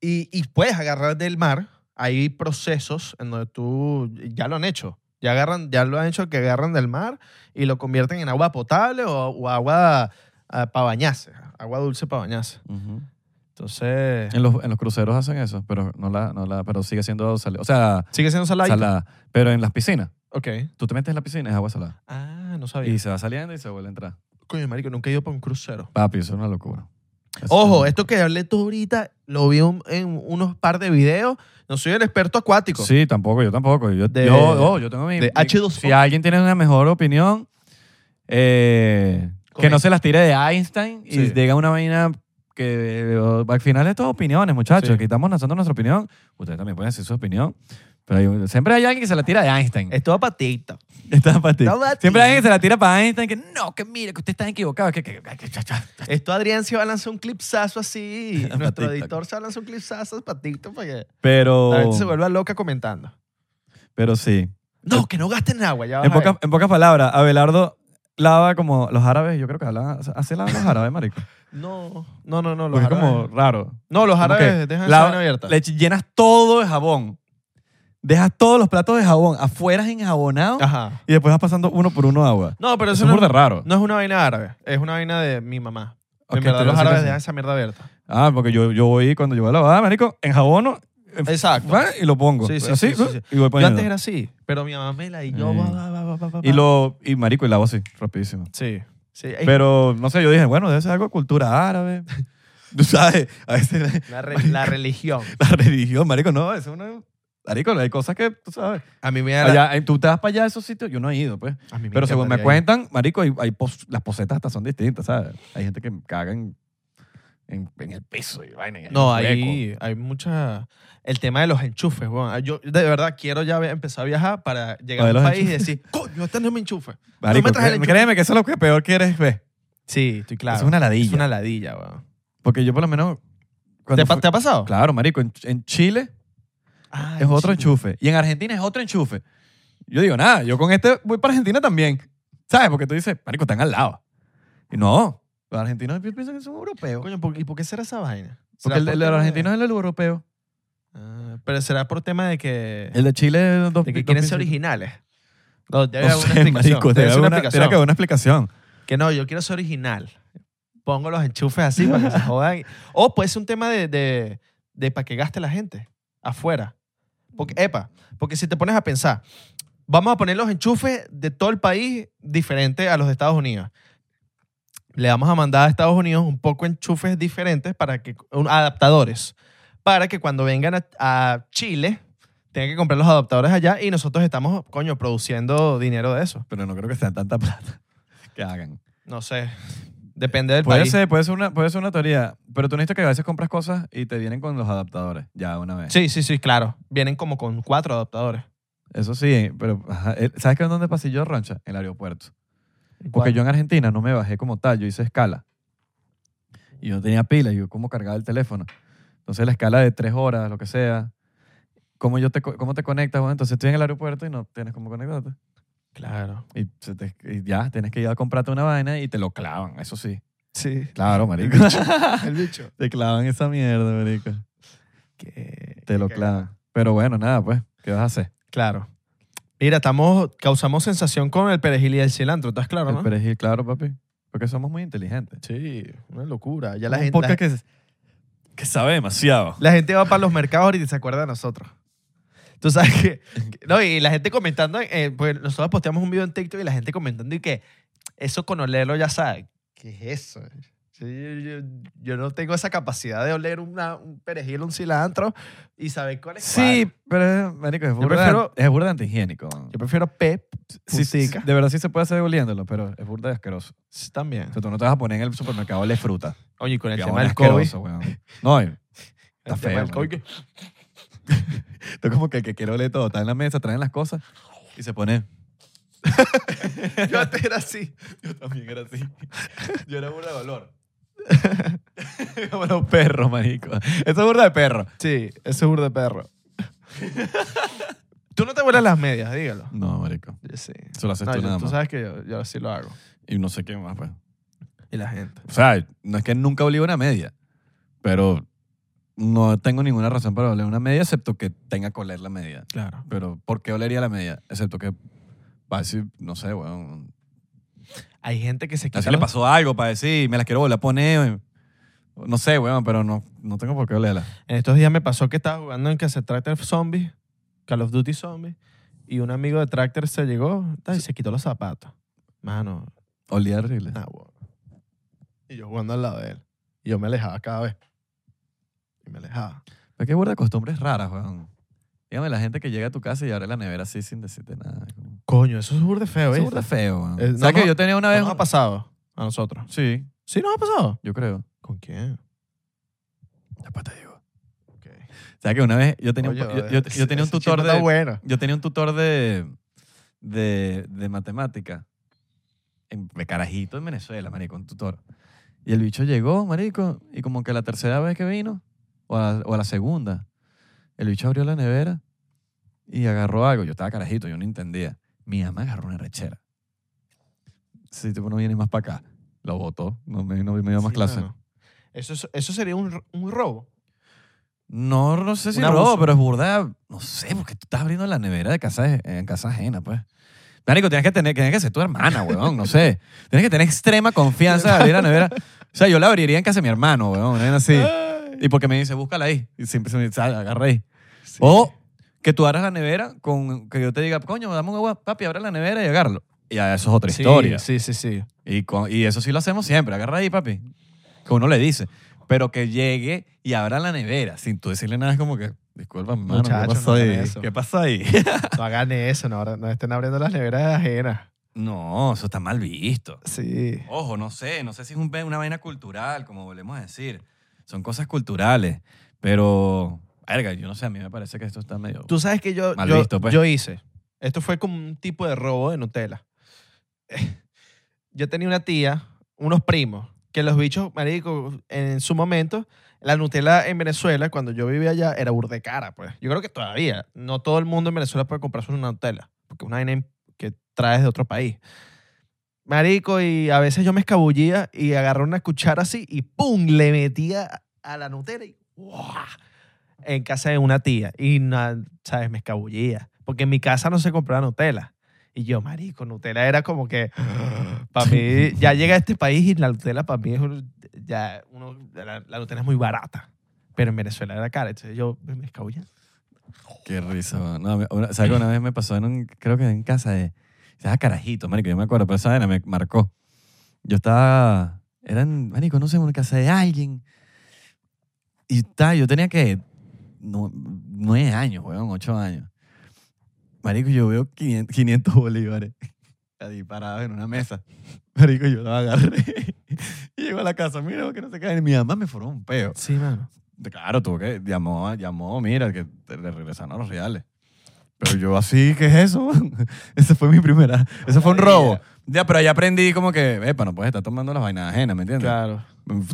Speaker 3: y, y puedes agarrar del mar. Hay procesos en donde tú ya lo han hecho. Ya, agarran, ya lo han hecho que agarran del mar y lo convierten en agua potable o, o agua para bañarse. Agua dulce para bañarse.
Speaker 2: Ujú.
Speaker 3: Entonces.
Speaker 2: En los, en los cruceros hacen eso, pero no la, no la, pero sigue siendo salada. O sea,
Speaker 3: ¿Sigue siendo salada?
Speaker 2: salada. Pero en las piscinas,
Speaker 3: Ok.
Speaker 2: tú te metes en la piscina, es agua salada.
Speaker 3: Ah, no sabía.
Speaker 2: Y se va saliendo y se vuelve a entrar.
Speaker 3: Coño, marico, nunca he ido para un crucero.
Speaker 2: Papi, eso es una locura. Eso
Speaker 3: Ojo,
Speaker 2: es-
Speaker 3: esto que hablé tú ahorita lo vi un- en unos par de videos. No soy el experto acuático.
Speaker 2: Sí, tampoco, yo tampoco. Yo,
Speaker 3: De-
Speaker 2: yo, oh, yo tengo mi.
Speaker 3: de
Speaker 2: mi-
Speaker 3: H2O.
Speaker 2: si alguien tiene una mejor opinión, eh, que
Speaker 3: Comenta.
Speaker 2: no se las tire de Einstein y
Speaker 3: Sí.
Speaker 2: diga una vaina que eh, al final esto es opiniones, muchachos.
Speaker 3: Sí.
Speaker 2: Aquí estamos lanzando nuestra opinión. Ustedes también pueden decir su opinión. Pero hay- siempre hay alguien que se la tira de Einstein.
Speaker 3: Es todo patita.
Speaker 2: Está para ti.
Speaker 3: Está para ti.
Speaker 2: Siempre hay alguien que se la tira para Einstein que no, que mire, que usted está equivocado. Que, que- que- que- cha, cha.
Speaker 3: Esto Adrián se va a lanzar un clipsazo así.
Speaker 2: Pa'
Speaker 3: Nuestro
Speaker 2: TikTok.
Speaker 3: editor se va a lanzar un clipsazo para TikTok para que
Speaker 2: Pero,
Speaker 3: la gente se vuelva loca comentando.
Speaker 2: pero sí.
Speaker 3: No, que no gasten agua. Ya vas
Speaker 2: En
Speaker 3: a ver.
Speaker 2: pocas, en pocas palabras, Abelardo lava como los árabes. Yo creo que hablaban, así lavan los árabes, marico.
Speaker 3: No, no, no, no. Los
Speaker 2: Porque Pues es
Speaker 3: árabes.
Speaker 2: como raro.
Speaker 3: No, los
Speaker 2: Como
Speaker 3: árabes
Speaker 2: que
Speaker 3: dejan la
Speaker 2: lava-
Speaker 3: vaina abierta.
Speaker 2: Le ch- llenas todo de jabón. Dejas todos los platos de jabón afuera enjabonados
Speaker 3: Ajá.
Speaker 2: y después vas pasando uno por uno agua.
Speaker 3: No, pero
Speaker 2: Eso
Speaker 3: eso
Speaker 2: es
Speaker 3: no,
Speaker 2: burda raro.
Speaker 3: no es una vaina árabe. Es una vaina de mi mamá.
Speaker 2: Ok,
Speaker 3: en verdad,
Speaker 2: te
Speaker 3: los
Speaker 2: lo
Speaker 3: árabes
Speaker 2: sacas.
Speaker 3: dejan esa mierda abierta.
Speaker 2: Ah, porque yo, yo voy cuando yo voy a lavar, marico, enjabono en-
Speaker 3: Exacto.
Speaker 2: ¿va? y lo pongo.
Speaker 3: Sí, sí,
Speaker 2: así,
Speaker 3: sí, sí, sí.
Speaker 2: y voy
Speaker 3: Yo
Speaker 2: poniendo.
Speaker 3: antes era así, pero mi mamá me la y yo.
Speaker 2: Sí.
Speaker 3: va, va, va, va, va, va,
Speaker 2: Mm. Y lo y marico y lavo así, rapidísimo.
Speaker 3: Sí. sí. Ey,
Speaker 2: Pero no sé, yo dije, bueno, debe ser algo de cultura árabe. Tú sabes, a veces
Speaker 3: la, re- la religión.
Speaker 2: la religión, marico, no, es una marico, hay cosas que tú sabes.
Speaker 3: A mí me da.
Speaker 2: Allá, eh, tú te vas para allá a esos sitios, yo no he ido, pues.
Speaker 3: a mí
Speaker 2: Pero según me
Speaker 3: encantaría ir.
Speaker 2: cuentan, marico, hay, hay pos- las posetas hasta son distintas, ¿sabes? Hay gente que caga en, en, en el piso y vaina. y hay
Speaker 3: No,
Speaker 2: un hueco.
Speaker 3: hay, hay mucha. El tema de los enchufes, weón. Ah, Yo de verdad quiero ya ve- empezar a viajar para
Speaker 2: Lo
Speaker 3: llegar a
Speaker 2: de
Speaker 3: un
Speaker 2: los
Speaker 3: país y decir, coño, este no es mi enchufe.
Speaker 2: Marico,
Speaker 3: me traes el
Speaker 2: cre- créeme que eso es lo que peor quieres ver.
Speaker 3: Sí, estoy claro.
Speaker 2: Es una ladilla.
Speaker 3: Es una ladilla, weón.
Speaker 2: Porque yo por lo menos... cuando
Speaker 3: ¿Te, pa-
Speaker 2: fui-
Speaker 3: te ha pasado?
Speaker 2: Claro, marico, en, en Chile
Speaker 3: Ah,
Speaker 2: es otro
Speaker 3: chico.
Speaker 2: enchufe. Y en Argentina es otro enchufe. Yo digo, nada, yo con este voy para Argentina también. ¿Sabes? Porque tú dices, marico, están al lado. Y no, los argentinos pi- piensan que son europeos.
Speaker 3: Coño, ¿por- ¿y por qué será esa vaina? ¿Será
Speaker 2: Porque el,
Speaker 3: por
Speaker 2: el de los
Speaker 3: tema de-
Speaker 2: argentinos es el europeo.
Speaker 3: Ah, pero será por tema de que.
Speaker 2: El de Chile es dos,
Speaker 3: de que
Speaker 2: dos
Speaker 3: quieren
Speaker 2: pisos.
Speaker 3: ser originales. No, debe
Speaker 2: No
Speaker 3: haber una
Speaker 2: sé,
Speaker 3: explicación.
Speaker 2: marico,
Speaker 3: debe
Speaker 2: tiene
Speaker 3: ser una
Speaker 2: una- tiene que
Speaker 3: explicación.
Speaker 2: haber una explicación.
Speaker 3: Que no, yo quiero ser original. Pongo los enchufes así para que se jodan. O puede ser un tema de, de, para que gaste la gente afuera. Porque, epa, porque si te pones a pensar, vamos a poner los enchufes de todo el país diferente a los de Estados Unidos. Le vamos a mandar a Estados Unidos un poco enchufes diferentes para que, un- adaptadores, para que cuando vengan a, a Chile tengan que comprar los adaptadores allá y nosotros estamos, coño, produciendo dinero de eso.
Speaker 2: Pero no creo que sea tanta plata que hagan.
Speaker 3: No sé. Depende del
Speaker 2: Puede
Speaker 3: país.
Speaker 2: ser, puede ser, una, puede ser una teoría, pero tú necesitas que a veces compras cosas y te vienen con los adaptadores, ya una vez.
Speaker 3: Sí, sí, sí, claro. Vienen como con cuatro adaptadores.
Speaker 2: Eso sí, pero ajá, eh, ¿sabes qué es donde pasillo rancha? En el aeropuerto. Porque
Speaker 3: Cuatro.
Speaker 2: yo en Argentina no me bajé como tal, yo hice escala. Y yo no tenía pila, yo como cargaba el teléfono. Entonces la escala de tres horas, lo que sea, ¿cómo, yo te, co- cómo te conectas? Bueno, entonces estoy en el aeropuerto y no tienes cómo conectarte.
Speaker 3: Claro.
Speaker 2: Y, se te- y ya, tienes que ir a comprarte una vaina y te lo clavan, eso sí.
Speaker 3: Sí.
Speaker 2: Claro, marico.
Speaker 3: El bicho.
Speaker 2: Te clavan esa mierda, marico.
Speaker 3: Que-
Speaker 2: Te lo
Speaker 3: que-
Speaker 2: clavan. Pero bueno, nada, pues. ¿Qué vas a hacer?
Speaker 3: Claro. Mira, estamos, causamos sensación con el perejil y el cilantro, ¿estás claro,
Speaker 2: El
Speaker 3: no?
Speaker 2: perejil, claro, papi. Porque somos muy inteligentes.
Speaker 3: Sí, una locura. Ya la
Speaker 2: Un
Speaker 3: gente, la,
Speaker 2: podcast que, que sabe demasiado.
Speaker 3: la gente va para los mercados ahorita y se acuerda de nosotros. Tú sabes que. que- No, y la gente comentando. eh, pues nosotros posteamos un video en TikTok y la gente comentando y que eso con olerlo ya sabe.
Speaker 4: ¿Qué es eso?
Speaker 3: Sí, yo, yo- yo no tengo esa capacidad de oler una- un perejil, un cilantro y saber cuál es
Speaker 2: Sí, pero marico, es burda,
Speaker 3: prefiero-
Speaker 2: es burda antihigiénico.
Speaker 3: cuál. Yo prefiero Pep
Speaker 2: Sí, sí,
Speaker 3: putica.
Speaker 2: de verdad sí se puede hacer oliéndolo, pero es burda de asqueroso.
Speaker 3: también.
Speaker 2: O sea, tú no te vas a poner en el supermercado le fruta.
Speaker 3: Oye, y con el
Speaker 2: Qué
Speaker 3: tema del COVID.
Speaker 2: asqueroso, weón. No, y-
Speaker 3: el
Speaker 2: está
Speaker 3: tema
Speaker 2: feo.
Speaker 3: del COVID, que-
Speaker 2: Tú como que el que quiere oler todo, está en la mesa, traen las cosas y se pone.
Speaker 3: Yo antes era así.
Speaker 2: Yo también era así. Yo era burda de olor. como los perros, marico. Eso es burda de perro.
Speaker 3: Sí, ese burro de perro. Tú no te vuelas las medias, dígalo.
Speaker 2: No, marico.
Speaker 3: Yo sí.
Speaker 2: Eso lo haces
Speaker 3: No,
Speaker 2: tú
Speaker 3: yo-
Speaker 2: nada
Speaker 3: tú
Speaker 2: más.
Speaker 3: sabes que yo, yo sí lo hago.
Speaker 2: Y no sé qué más, pues.
Speaker 3: Y la gente.
Speaker 2: O sea, no es que nunca obligo una media, pero no tengo ninguna razón para oler una media excepto que tenga que oler la media.
Speaker 3: Claro.
Speaker 2: Pero ¿por qué olería la media? Excepto que para decir, no sé, weón.
Speaker 3: Hay gente que se quita.
Speaker 2: Así le
Speaker 3: los-
Speaker 2: pasó algo para decir, me las quiero volver a poner. No sé, weón, pero no, no tengo por qué olerla.
Speaker 3: En estos días me pasó que estaba jugando en que se tractor Zombies, Call of Duty Zombies, y un amigo de Tractor se llegó ta, y se quitó los zapatos. Mano,
Speaker 2: Olía horrible.
Speaker 3: nah, weón. Y yo jugando al lado de él. Y yo me alejaba cada vez. Y me alejaba.
Speaker 2: Pero qué burda de costumbres raras, weón. Dígame la gente que llega a tu casa y abre la nevera así sin decirte nada. Como-
Speaker 3: Coño, eso es burde feo,
Speaker 2: Eso es
Speaker 3: ¿eh?
Speaker 2: burda feo, weón.
Speaker 3: Eh, no
Speaker 2: ¿Sabes
Speaker 3: nos-
Speaker 2: que yo tenía una
Speaker 3: No
Speaker 2: vez?
Speaker 3: nos ha
Speaker 2: un-
Speaker 3: pasado a nosotros.
Speaker 2: Sí,
Speaker 3: ¿Sí nos ha pasado?
Speaker 2: yo creo.
Speaker 3: ¿Con quién?
Speaker 2: Después te digo.
Speaker 3: Ok.
Speaker 2: O sea que una vez yo tenía,
Speaker 3: pues Oye,
Speaker 2: un, pa- yo,
Speaker 3: vale.
Speaker 2: yo- yo tenía un
Speaker 3: Ese
Speaker 2: tutor
Speaker 3: chiste está
Speaker 2: de,
Speaker 3: bueno.
Speaker 2: yo tenía un tutor de, de, de matemática en, de carajito en Venezuela, marico, un tutor. Y el bicho llegó, marico, y como que la tercera vez que vino, o a, o a la segunda, el bicho abrió la nevera y agarró algo. Yo estaba carajito, yo no entendía. Mi mamá agarró una rechera. Si tú no vienes más para acá, lo botó, no me, no me dio más
Speaker 3: Sí,
Speaker 2: clase.
Speaker 3: mano. Eso, es- eso sería un, ro- un robo.
Speaker 2: No, no sé si
Speaker 3: Un
Speaker 2: robo,
Speaker 3: abuso.
Speaker 2: pero es burda. No sé, porque tú estás abriendo la nevera de casa, de- en casa ajena, pues. Marico, tienes que tener, tienes que ser tu hermana, weón, no sé. Tienes que tener extrema confianza de abrir la nevera. O sea, yo la abriría en casa de mi hermano, weón, una vaina así.
Speaker 3: Ay.
Speaker 2: Y porque me dice, búscala ahí. Y siempre se me dice, "Ah, agarra ahí. O que tú abras la nevera con que yo te diga, coño, dame un agua, papi, abre la nevera y agarro. Y ya eso es otra
Speaker 3: Sí,
Speaker 2: historia.
Speaker 3: Sí, sí, sí.
Speaker 2: Y, cu- y eso sí lo hacemos siempre. Agarra ahí, papi. Que uno le dice. Pero que llegue y abra la nevera sin tú decirle nada, es como que, disculpa, mano, ¿qué
Speaker 3: Muchacho,
Speaker 2: pasó
Speaker 3: no hagan
Speaker 2: ahí?
Speaker 3: eso.
Speaker 2: ¿Qué pasó ahí?
Speaker 3: No hagan eso, no, abra- no estén abriendo las neveras ajenas.
Speaker 2: no, eso está mal visto.
Speaker 3: Sí.
Speaker 2: Ojo, no sé, no sé si es un ve- una vaina cultural, como volvemos a decir. Son cosas culturales. Pero, verga, yo no sé, a mí me parece que esto está medio.
Speaker 3: Tú sabes que yo,
Speaker 2: Mal
Speaker 3: yo,
Speaker 2: visto, pues.
Speaker 3: yo hice. Esto fue como un tipo de robo de Nutella. Yo tenía una tía, unos primos, que los bichos, marico, en su momento, la Nutella en Venezuela, cuando yo vivía allá, era burde cara, pues. Yo creo que todavía no todo el mundo en Venezuela puede comprarse una Nutella, porque es una vaina que traes de otro país. Marico, y a veces yo me escabullía y agarraba una cuchara así y ¡pum! Le metía a la Nutella y ¡guau! en casa de una tía y, na- ¿sabes? Me escabullía. Porque en mi casa no se compraba Nutella. Y yo, marico, Nutella era como que, para mí, ya llega a este país y la Nutella para mí es, un- ya, uno, la, la Nutella es muy barata. Pero en Venezuela era cara, entonces yo "Pues, me escabullía.
Speaker 2: Qué risa, weón. No, me- una- ¿Sabes que una vez me pasó en un, creo que en casa de. Ah, carajito, marico, yo me acuerdo, pero esa vaina me marcó. Yo estaba. Eran, marico, no sé, en una casa de alguien. Y ta, yo tenía que. nue- Nueve años, weón, ocho años. Marico, yo veo 500, 500 bolívares ahí parados en una mesa. Marico, yo los agarré. Y llego a la casa, mira, que no se caen. Mi mamá me formó un peo.
Speaker 3: Sí, mano.
Speaker 2: Claro, tuvo que. Llamó, llamó, mira, que te- le regresaron a los reales. Pero yo así, ¿qué es eso? Ese fue mi primera. Ese fue un robo. Ya, pero ahí aprendí como que, epa, no puedes estar tomando las vainas ajenas, ¿me entiendes?
Speaker 3: Claro,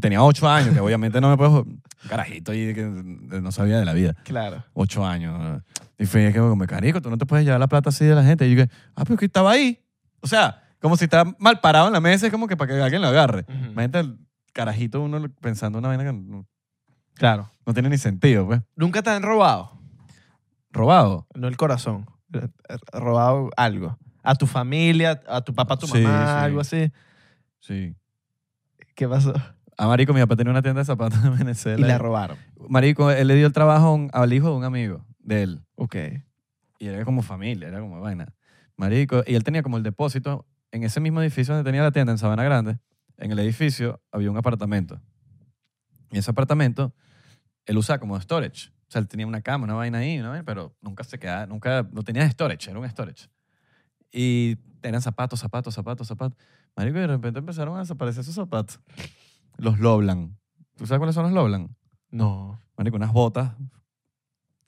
Speaker 2: Tenía ocho años, que obviamente no me puedo. Carajito, y que eh, no sabía de la vida.
Speaker 3: claro.
Speaker 2: Ocho años. Y fue que como, carico, tú no te puedes llevar la plata así de la gente. Y yo que, ah, pero que estaba ahí. O sea, como si estaba mal parado en la mesa, es como que para que alguien lo agarre.
Speaker 3: Ujú.
Speaker 2: Imagínate el carajito uno pensando una vaina que no,
Speaker 3: Claro.
Speaker 2: no tiene ni sentido, pues.
Speaker 3: ¿Nunca te han robado?
Speaker 2: Robado.
Speaker 3: No el corazón. eh, Robado algo. A tu familia, a tu papá, a tu
Speaker 2: Sí,
Speaker 3: mamá,
Speaker 2: sí.
Speaker 3: algo así.
Speaker 2: Sí.
Speaker 3: ¿Qué pasó?
Speaker 2: A Ah, Marico, mi papá tenía una tienda de zapatos en
Speaker 3: Y
Speaker 2: Venezuela.
Speaker 3: la robaron.
Speaker 2: Marico, él le dio el trabajo a un- al hijo de un amigo de él.
Speaker 3: Ok.
Speaker 2: Y era como familia, era como vaina. Marico, y él tenía como el depósito en ese mismo edificio donde tenía la tienda, en Sabana Grande. En el edificio había un apartamento. Y ese apartamento él usaba como storage. O sea, él tenía una cama, una vaina ahí, ¿no? pero nunca se quedaba, nunca, no tenía storage, era un storage. Y eran zapatos, zapatos, zapatos, zapatos. Marico, y de repente empezaron a desaparecer sus zapatos. Los Loblan. ¿Tú sabes cuáles son los Loblan?
Speaker 3: No.
Speaker 2: Marico, unas botas.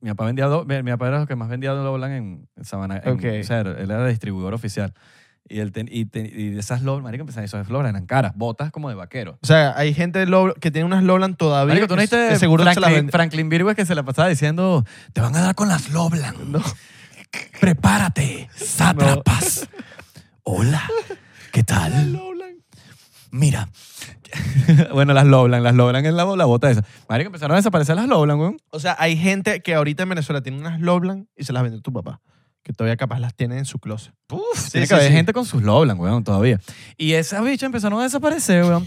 Speaker 2: Mi papá vendía do- mi, mi papá era lo que más vendía Loblan en, en Sabana. en-
Speaker 3: Ok.
Speaker 2: o sea, era- él era distribuidor oficial. Y, él ten- y, ten- y de esas Loblan, marico, empezaron esas Loblan eran caras, botas como de vaquero.
Speaker 3: O sea, hay gente Lobl- que tiene unas Loblan todavía.
Speaker 2: Marico, tú no
Speaker 3: que
Speaker 2: viste
Speaker 3: que seguro se las
Speaker 2: Franklin,
Speaker 3: vende.
Speaker 2: Franklin Virgo que se la pasaba diciendo, te van a dar con las Loblan. Prepárate, sátrapas. Hola, ¿qué tal? Mira. bueno, las Loblan, las Loblan es la, la bota esa. Marico, empezaron a desaparecer las Loblan, weón.
Speaker 3: O sea, hay gente que ahorita en Venezuela tiene unas Loblan y se las vende tu papá. Que todavía capaz las tiene en su closet.
Speaker 2: Uf,
Speaker 3: Sí,
Speaker 2: tiene
Speaker 3: sí,
Speaker 2: que haber
Speaker 3: sí.
Speaker 2: gente con sus Loblan, weón, todavía. Y esas bichas empezaron a desaparecer, weón.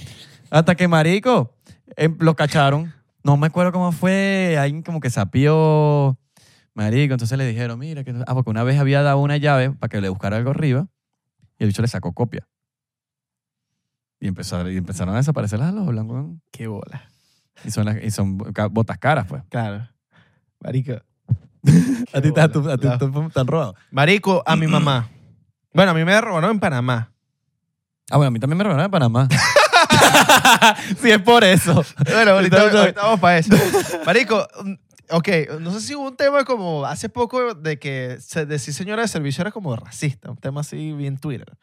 Speaker 2: Hasta que, marico, em, los cacharon. No me acuerdo cómo fue. Alguien como que sapió. Marico, entonces le dijeron, mira, que... no- Ah, porque una vez había dado una llave para que le buscara algo arriba. Y el bicho le sacó copia. Y empezaron, y empezaron a desaparecer las Loblan, weón.
Speaker 3: Qué bola.
Speaker 2: Y son, las- y son ca- botas caras, pues.
Speaker 3: Claro. Marico.
Speaker 2: A ti te, a tu- a ti
Speaker 3: La-
Speaker 2: te- te han robado.
Speaker 3: Marico, a mi mamá. Bueno, a mí me robaron en Panamá.
Speaker 2: Ah, bueno, a mí también me robaron en Panamá. sí, es por eso.
Speaker 3: Bueno, ahorita,
Speaker 2: Entonces-
Speaker 3: ahorita vamos para eso. Marico, mm, ok, no sé si hubo un tema como hace poco de que se- decir señora de servicio era como racista, un tema así bien Twitter.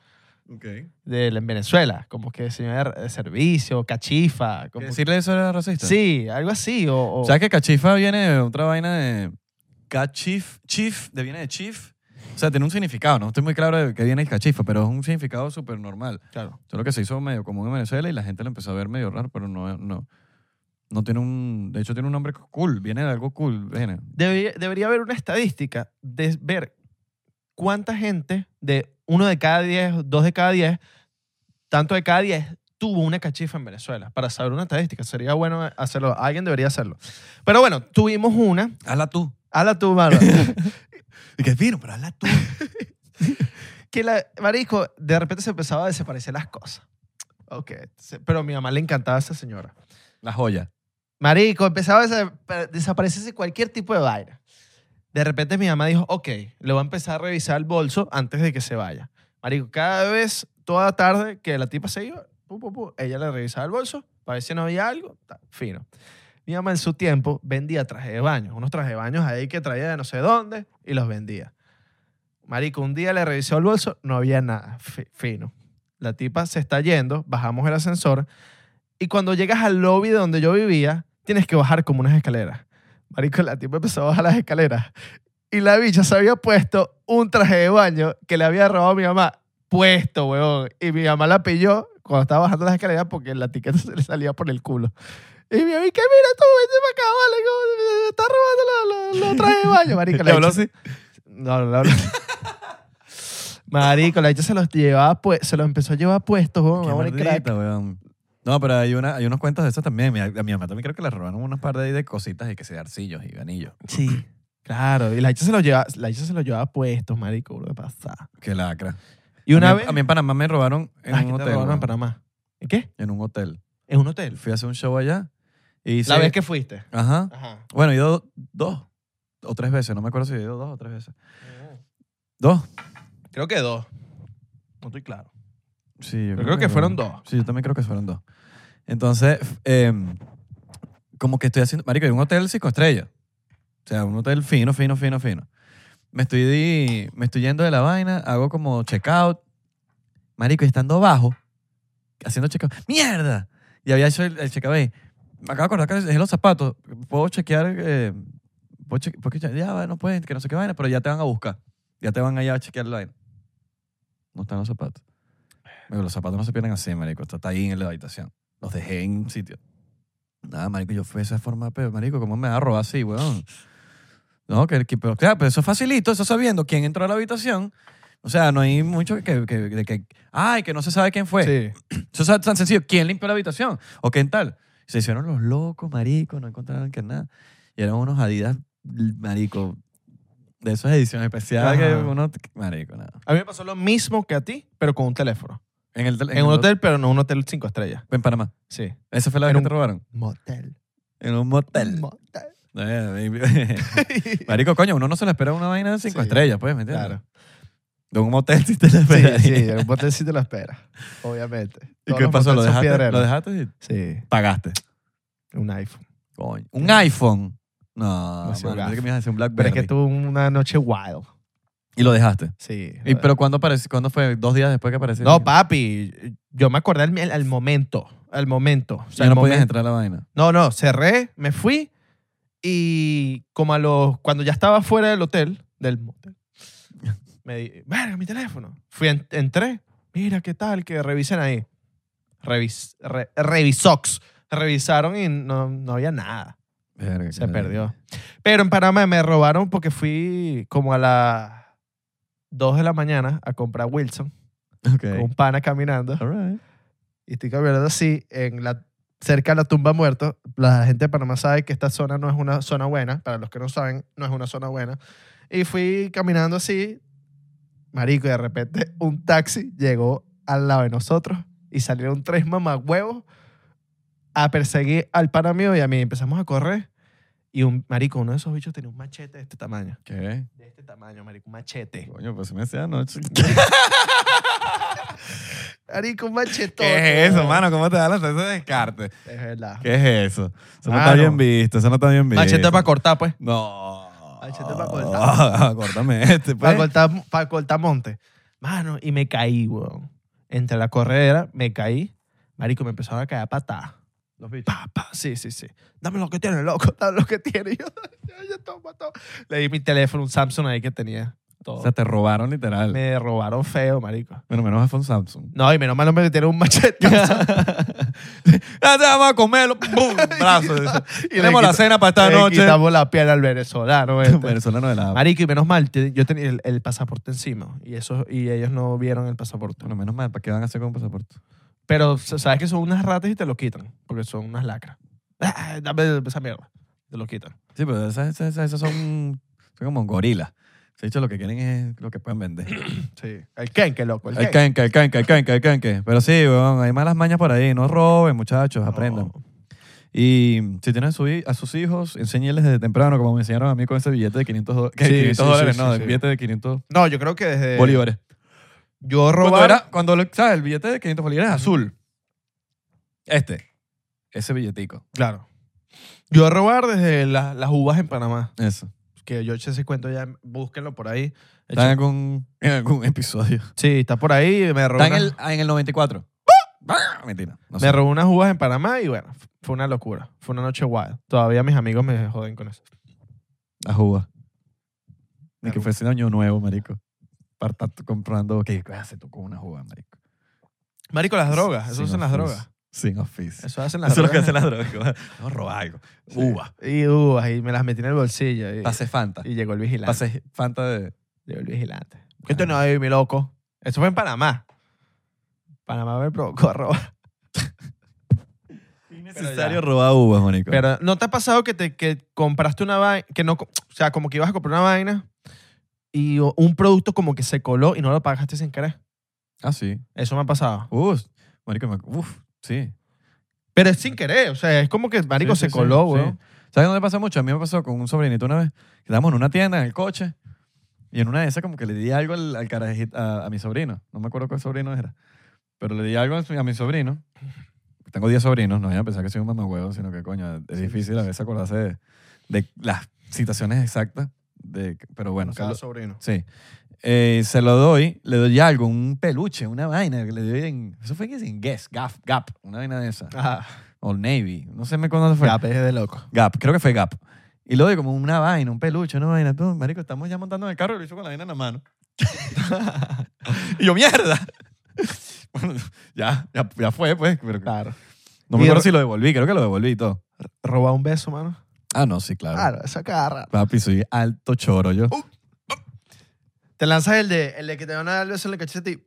Speaker 3: De, en Venezuela, como que señora de servicio, cachifa. Como
Speaker 2: ¿Decirle eso era racista?
Speaker 3: sí, algo así. O, o-
Speaker 2: ¿Sabes que cachifa viene de otra vaina de... Cachif, chief, de viene de chief. O sea, tiene un significado, no estoy muy claro de qué viene el cachifa, pero es un significado súper normal.
Speaker 3: claro.
Speaker 2: Solo que se hizo medio común en Venezuela y la gente lo empezó a ver medio raro, pero no, no, no tiene un... De hecho, tiene un nombre cool, viene de algo cool, viene.
Speaker 3: Debería, debería haber una estadística de ver cuánta gente de uno de cada diez, dos de cada diez, tanto de cada diez tuvo una cachifa en Venezuela. Para saber una estadística, sería bueno hacerlo. Alguien debería hacerlo. Pero bueno, tuvimos una.
Speaker 2: Hazla tú.
Speaker 3: Habla tú, mano.
Speaker 2: Y que vino, pero hazla tú.
Speaker 3: que la, marico, de repente se empezaba a desaparecer las cosas. Ok. se- Pero a mi mamá le encantaba a esa señora.
Speaker 2: La joya.
Speaker 3: Marico, empezaba a desa- desaparecerse cualquier tipo de vaina. De repente mi mamá dijo, ok, le voy a empezar a revisar el bolso antes de que se vaya. Marico, cada vez, toda tarde que la tipa se iba, pu, pu, pu, ella le revisaba el bolso para ver si no había algo, ta, fino. Mi mamá en su tiempo vendía trajes de baño, unos trajes de baños ahí que traía de no sé dónde y los vendía. Marico, un día le revisó el bolso, no había nada, fi- fino. La tipa se está yendo, bajamos el ascensor y cuando llegas al lobby de donde yo vivía, tienes que bajar como unas escaleras. Marico, la tipa empezó a bajar las escaleras. Y la bicha se había puesto un traje de baño que le había robado a mi mamá. Puesto, huevón. Y mi mamá la pilló cuando estaba bajando las escaleras porque la etiqueta se le salía por el culo. Y mi mamá, que mira tú, vete para acá, vale, como me está robando los lo, trajes de baño, marico.
Speaker 2: ¿Le
Speaker 3: la
Speaker 2: habló
Speaker 3: bicha- No, no, no. no. marico, la bicha se los llevaba, pues, se los empezó a llevar puestos, huevón.
Speaker 2: Qué
Speaker 3: Ahora el crack.
Speaker 2: maldita, weón. No, pero hay, una, hay unos cuentos de eso también. Mi- a mi mamá también creo que le robaron unas par de, ahí de cositas y que se de arcillos y anillos.
Speaker 3: Sí. Claro, y la hecha se lo lleva, la hecha se lo llevaba puesto, marico, burda pasada.
Speaker 2: Qué lacra.
Speaker 3: Y
Speaker 2: a
Speaker 3: una
Speaker 2: mí,
Speaker 3: vez
Speaker 2: A mí en Panamá me robaron en
Speaker 3: Ah, ¿qué
Speaker 2: un
Speaker 3: te
Speaker 2: hotel.
Speaker 3: robaron en
Speaker 2: weón.
Speaker 3: Panamá. ¿En qué?
Speaker 2: En un hotel.
Speaker 3: En un hotel.
Speaker 2: Fui a hacer un show allá. Y
Speaker 3: La
Speaker 2: hice-
Speaker 3: vez que fuiste.
Speaker 2: Ajá.
Speaker 3: Ajá.
Speaker 2: Bueno, he ido dos o tres veces. No me acuerdo si he ido dos o tres veces. ¿Dos?
Speaker 3: Creo que dos. No estoy claro.
Speaker 2: Sí. Yo
Speaker 3: Pero creo que fueron dos.
Speaker 2: Sí, yo también creo que fueron dos. Entonces, f- em, como que estoy haciendo, marico, hay un hotel cinco estrellas. O sea, un hotel fino, fino, fino, fino. Me estoy, di- me estoy yendo de la vaina, hago como checkout. Marico, y estando abajo, haciendo checkout. ¡Mierda! Y había hecho el, el checkout ahí. Me acabo de acordar que dejé los zapatos. Puedo chequear, eh, puedo cheque- porque ya, ya, no pueden, que no sé qué vaina, pero ya te van a buscar. Ya te van allá a chequear la vaina. No están los zapatos. Marico, los zapatos no se pierden así, marico. Está, está ahí en la habitación. Los dejé en un sitio. Nada, marico, yo fui de esa forma, pero, marico, ¿cómo me vas a robar así, weón? No, que, que- pero, claro, pero eso es facilito, eso sabiendo quién entró a la habitación. O sea, no hay mucho que, que, de que ay, que no se sabe quién fue.
Speaker 3: Sí.
Speaker 2: Eso es tan sencillo. ¿Quién limpió la habitación? ¿O quién tal? Se hicieron los locos, marico, no encontraron que nada. Y eran unos adidas, marico, de esas ediciones especiales que
Speaker 3: Ajá.
Speaker 2: uno... Marico, nada.
Speaker 3: A mí me pasó lo mismo que a ti, pero con un teléfono.
Speaker 2: En, el, tel-
Speaker 3: En,
Speaker 2: el
Speaker 3: un
Speaker 2: hot-
Speaker 3: hotel, pero no un hotel cinco estrellas.
Speaker 2: En Panamá.
Speaker 3: Sí.
Speaker 2: Esa fue la vez
Speaker 3: En
Speaker 2: que
Speaker 3: un-
Speaker 2: te robaron.
Speaker 4: Motel.
Speaker 2: En un motel.
Speaker 4: Motel.
Speaker 2: Marico, coño, uno no se le espera una vaina de cinco
Speaker 3: Sí.
Speaker 2: estrellas, pues, ¿me entiendes?
Speaker 4: Claro.
Speaker 2: De un motel sí te la
Speaker 4: Sí,
Speaker 2: esperaría.
Speaker 4: sí, en un motel sí te lo esperas. Obviamente.
Speaker 2: ¿Y
Speaker 4: Todos
Speaker 2: qué
Speaker 4: los
Speaker 2: pasó? ¿Lo
Speaker 4: moteles son
Speaker 2: dejaste, ¿Lo
Speaker 4: piedreros.
Speaker 2: dejaste y
Speaker 4: Sí,
Speaker 2: pagaste?
Speaker 4: un iPhone.
Speaker 2: Coño. ¿Un iPhone? No,
Speaker 4: No sé,
Speaker 2: mano,
Speaker 4: un
Speaker 2: pensé que
Speaker 4: iPhone.
Speaker 2: me ibas a decir un
Speaker 4: Pero
Speaker 2: BlackBerry.
Speaker 4: es que tuve una noche wild.
Speaker 2: Y lo dejaste.
Speaker 4: Sí.
Speaker 2: ¿Y, ¿Pero ¿cuándo, apareció, cuándo fue? ¿Dos días después que apareció?
Speaker 3: No, papi, yo me acordé al, al momento. Al momento. O
Speaker 2: O
Speaker 3: sea,
Speaker 2: sea,
Speaker 3: al
Speaker 2: no podías
Speaker 3: momento.
Speaker 2: entrar a la vaina.
Speaker 3: No, no, cerré, me fui y como a los cuando ya estaba fuera del hotel, del motel, me di, verga, mi teléfono. Fui en- entré, mira qué tal, que revisen ahí. Revis, re- revisox. Revisaron y no, no había nada.
Speaker 2: Verga,
Speaker 3: Se
Speaker 2: qué
Speaker 3: perdió. Pero en Panamá me robaron porque fui como a las 2 de la mañana a comprar Wilson
Speaker 2: Ok.
Speaker 3: con un pana caminando
Speaker 2: All right.
Speaker 4: Y estoy caminando así, en la, cerca de la tumba muerta. La gente de Panamá sabe que esta zona no es una zona buena. Para los que no saben, no es una zona buena. Y fui caminando así, marico, y de repente un taxi llegó al lado de nosotros y salieron tres mamagüevos a perseguir al pana mío y a mí. Empezamos a correr y un marico, uno de esos bichos tenía un machete de este tamaño.
Speaker 2: ¿Qué?
Speaker 3: de este tamaño, marico, un machete.
Speaker 2: Coño, pues se me hacía anoche.
Speaker 4: Marico, un machetón.
Speaker 2: ¿Qué es eso, mano? ¿Cómo te da la ese descarte?
Speaker 4: Es verdad.
Speaker 2: ¿Qué es eso? Eso no
Speaker 3: Ah,
Speaker 2: está
Speaker 3: no.
Speaker 2: bien visto, eso no está bien visto.
Speaker 3: Machete para cortar, pues.
Speaker 2: No.
Speaker 4: Machete pa' cortar.
Speaker 2: Córtame este,
Speaker 4: Para
Speaker 2: pues.
Speaker 4: cortar, pa' cortar monte.
Speaker 3: Mano, y me caí, weón. Entre la corredera, me caí. Marico, me empezaron a caer a patadas.
Speaker 4: Los bichos.
Speaker 3: Pa, pa, sí, sí, sí. Dame lo que tiene, loco, dame lo que tiene. Y Yo, yo, yo toma todo. Le di mi teléfono, un Samsung ahí que tenía. Todo.
Speaker 2: O sea, te robaron literal.
Speaker 3: me robaron feo, marico.
Speaker 2: Bueno, menos iPhone Samsung.
Speaker 3: No, y menos mal hombre que tiene un machete.
Speaker 2: Ya te vamos a comerlo. ¡Bum! Brazo.
Speaker 3: y le
Speaker 2: Tenemos la
Speaker 3: quita-
Speaker 2: cena para esta
Speaker 3: le
Speaker 2: noche.
Speaker 3: quitamos la piel al venezolano. este.
Speaker 2: Venezolano de la.
Speaker 3: Marico, y menos mal, te- yo tenía el, el pasaporte encima. Y, eso, y ellos no vieron el pasaporte.
Speaker 2: Bueno, menos mal, ¿para qué van a hacer con un pasaporte?
Speaker 3: Pero s- sabes que son unas ratas y te lo quitan, porque son unas lacras. Ah, Dame esa mierda. Te lo quitan.
Speaker 2: Sí, pero esas, esas, esas- esas son, son como gorilas. Se ha dicho lo que quieren es lo que pueden vender.
Speaker 3: Sí. El Ken, qué loco. El
Speaker 2: El
Speaker 3: Ken.
Speaker 2: canque, el canque, el canque, el canque. Pero sí, weón, hay malas mañas por ahí. No roben, muchachos,
Speaker 3: No.
Speaker 2: aprendan. Y si tienen su hi- a sus hijos, enséñenles desde temprano, como me enseñaron a mí con ese billete de 500, do- que
Speaker 3: Sí,
Speaker 2: 500
Speaker 3: sí, sí,
Speaker 2: dólares,
Speaker 3: sí,
Speaker 2: no,
Speaker 3: sí.
Speaker 2: el billete de 500
Speaker 3: No, yo creo que desde.
Speaker 2: bolívares.
Speaker 3: Yo
Speaker 2: Cuando
Speaker 3: robar.
Speaker 2: era, cuando, lo- ¿sabes? El billete de 500 bolívares azul. Este. Ese billetico.
Speaker 3: Claro. Yo robar desde la- las uvas en Panamá.
Speaker 2: Eso.
Speaker 3: Que yo eché ese cuento ya, búsquenlo por ahí.
Speaker 2: Está en algún, en algún episodio.
Speaker 3: Sí, está por ahí. Me robé,
Speaker 2: Está en
Speaker 3: unas,
Speaker 2: el, en el 94. Mentira. No sé.
Speaker 3: ¡Ah! me robé unas uvas en Panamá y bueno, f- fue una locura. Fue una noche wild. Todavía mis amigos me joden con eso.
Speaker 2: A jugar. Ni
Speaker 3: Claro.
Speaker 2: que fuese un año nuevo, marico. Para estar tú comprando. ¿Qué clase tú con una jugada, marico?
Speaker 3: Marico, las drogas. Eso
Speaker 2: Sin
Speaker 3: hacen las
Speaker 2: office.
Speaker 3: drogas.
Speaker 2: Sin office. Eso,
Speaker 3: Eso hacen las
Speaker 2: es lo
Speaker 3: drogas.
Speaker 2: que hacen las drogas. que van, Vamos a robar algo. Uva.
Speaker 3: Y uvas. Y me las metí en el bolsillo. Y,
Speaker 2: Pase Fanta.
Speaker 3: y llegó el vigilante.
Speaker 2: Pase Fanta de.
Speaker 3: Llegó el vigilante.
Speaker 2: ¿Qué
Speaker 3: Esto
Speaker 2: te
Speaker 3: no hay, mi loco. Eso fue en Panamá. Panamá me provocó a robar.
Speaker 2: Necesario robar uvas, marico.
Speaker 3: Pero ¿no te ha pasado que te que compraste una vaina, que no, co- o sea, como que ibas a comprar una vaina y o- un producto como que se coló y no lo pagaste sin querer?
Speaker 2: ah, sí.
Speaker 3: Eso me ha pasado.
Speaker 2: Uf. Marico, me- uf. Sí.
Speaker 3: Pero es sin querer, o sea, es como que marico
Speaker 2: Sí,
Speaker 3: se
Speaker 2: sí, sí,
Speaker 3: coló,
Speaker 2: sí.
Speaker 3: güey.
Speaker 2: ¿Sabes dónde pasa mucho? A mí me pasó con un sobrinito una vez. Estábamos en una tienda, en el coche, y en una de esas como que le di algo al, al carajito, a, a mi sobrino. No me acuerdo cuál sobrino era. Pero le di algo a, su- a mi sobrino. Tengo 10 sobrinos, no vayan a pensar que soy un mamagüevo, sino que, coño, es difícil a veces acordarse de, de las situaciones exactas. De, pero bueno, se lo-
Speaker 3: sobrino.
Speaker 2: sí. Eh, se lo doy, le doy algo, un peluche, una vaina. que Le doy en, eso fue que es en Guess, Gap, Gap, una vaina de esa.
Speaker 3: Ajá.
Speaker 2: O Navy, no sé me cuándo fue.
Speaker 3: Ya, pues, es de loco.
Speaker 2: Gap, creo que fue Gap. Y luego como una vaina, un peluche, una vaina. Tú, marico, estamos ya montando en el carro y lo hizo con la vaina en la mano. y yo, mierda. Bueno, ya, ya, ya fue, pues. pero
Speaker 3: Claro.
Speaker 2: no me
Speaker 3: Y
Speaker 2: acuerdo
Speaker 3: el-
Speaker 2: si lo devolví, creo que lo devolví y todo.
Speaker 3: Roba un beso, mano.
Speaker 2: Ah, no, sí, claro. Uh.
Speaker 4: Claro, eso cada rato.
Speaker 2: Papi, soy alto choro yo.
Speaker 4: Te lanzas el de, el de que te van a dar el beso en el cachete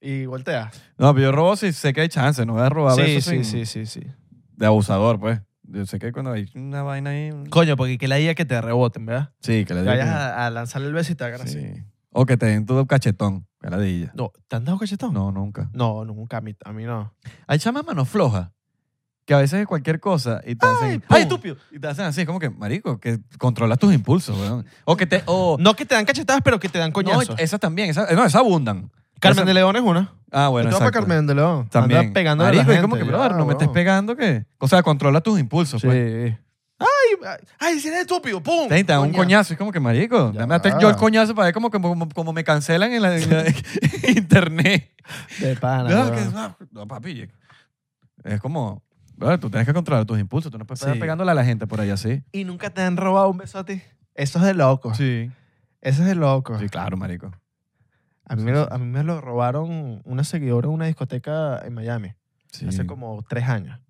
Speaker 4: y-
Speaker 3: Y voltea.
Speaker 2: No, pero yo robo si sé que hay chance, no voy a robar
Speaker 3: sí,
Speaker 2: besos
Speaker 3: sí,
Speaker 2: sin-
Speaker 3: sí, sí, sí.
Speaker 2: de abusador, pues. Yo sé que cuando hay una vaina ahí.
Speaker 3: Coño, porque que la idea que te reboten, ¿verdad?
Speaker 2: Sí, que le
Speaker 3: Que
Speaker 2: diga
Speaker 3: vayas
Speaker 2: que-
Speaker 3: a, a lanzarle el beso y te hagan así.
Speaker 2: sí. O que te den tu cachetón. Que la dilla.
Speaker 3: No, ¿te han dado cachetón?
Speaker 2: No, nunca.
Speaker 3: No, nunca, a mí, a mí no.
Speaker 2: Hay chamas manos flojas. Que a veces es cualquier cosa y te hacen.
Speaker 3: ¡Ay,
Speaker 2: ¡pum!
Speaker 3: estúpido!
Speaker 2: Y te hacen así, como que, marico, que controlas tus impulsos, weón. O que te. O,
Speaker 3: No que te dan cachetadas, pero que te dan coñazos.
Speaker 2: No, esas también. Esas, no, esas abundan.
Speaker 3: Carmen
Speaker 2: esa-
Speaker 3: de León es una.
Speaker 2: Ah, bueno,
Speaker 4: Esto va para
Speaker 2: exacto.
Speaker 4: Carmen de León.
Speaker 2: También.
Speaker 3: Anda pegando a la
Speaker 2: Marico, es
Speaker 3: gente,
Speaker 2: como que,
Speaker 3: ya,
Speaker 2: brother, no me estés
Speaker 4: weón.
Speaker 2: pegando que... O sea, controla tus impulsos, pues.
Speaker 4: Sí.
Speaker 3: ¡Ay, ay, si eres estúpido! ¡Pum!
Speaker 2: Te da un coñazo. Es como que, marico,
Speaker 4: Ya
Speaker 2: dame hasta
Speaker 4: va.
Speaker 2: yo el coñazo para ver como, como, como, como me cancelan en la, en la- internet.
Speaker 4: De pana.
Speaker 2: No,
Speaker 4: weón.
Speaker 2: que- no, no, papi. Es como... brother, tú tienes que controlar tus impulsos. Tú no puedes estar
Speaker 3: Sí.
Speaker 2: pegándole a la gente por ahí así.
Speaker 3: ¿Y nunca te han robado un beso a ti?
Speaker 4: Eso es de loco.
Speaker 2: Sí.
Speaker 4: Eso es de loco.
Speaker 2: Sí, claro, marico.
Speaker 4: A, mí me lo, a mí me lo robaron una seguidora en una discoteca en Miami.
Speaker 2: Sí.
Speaker 4: Hace como tres años.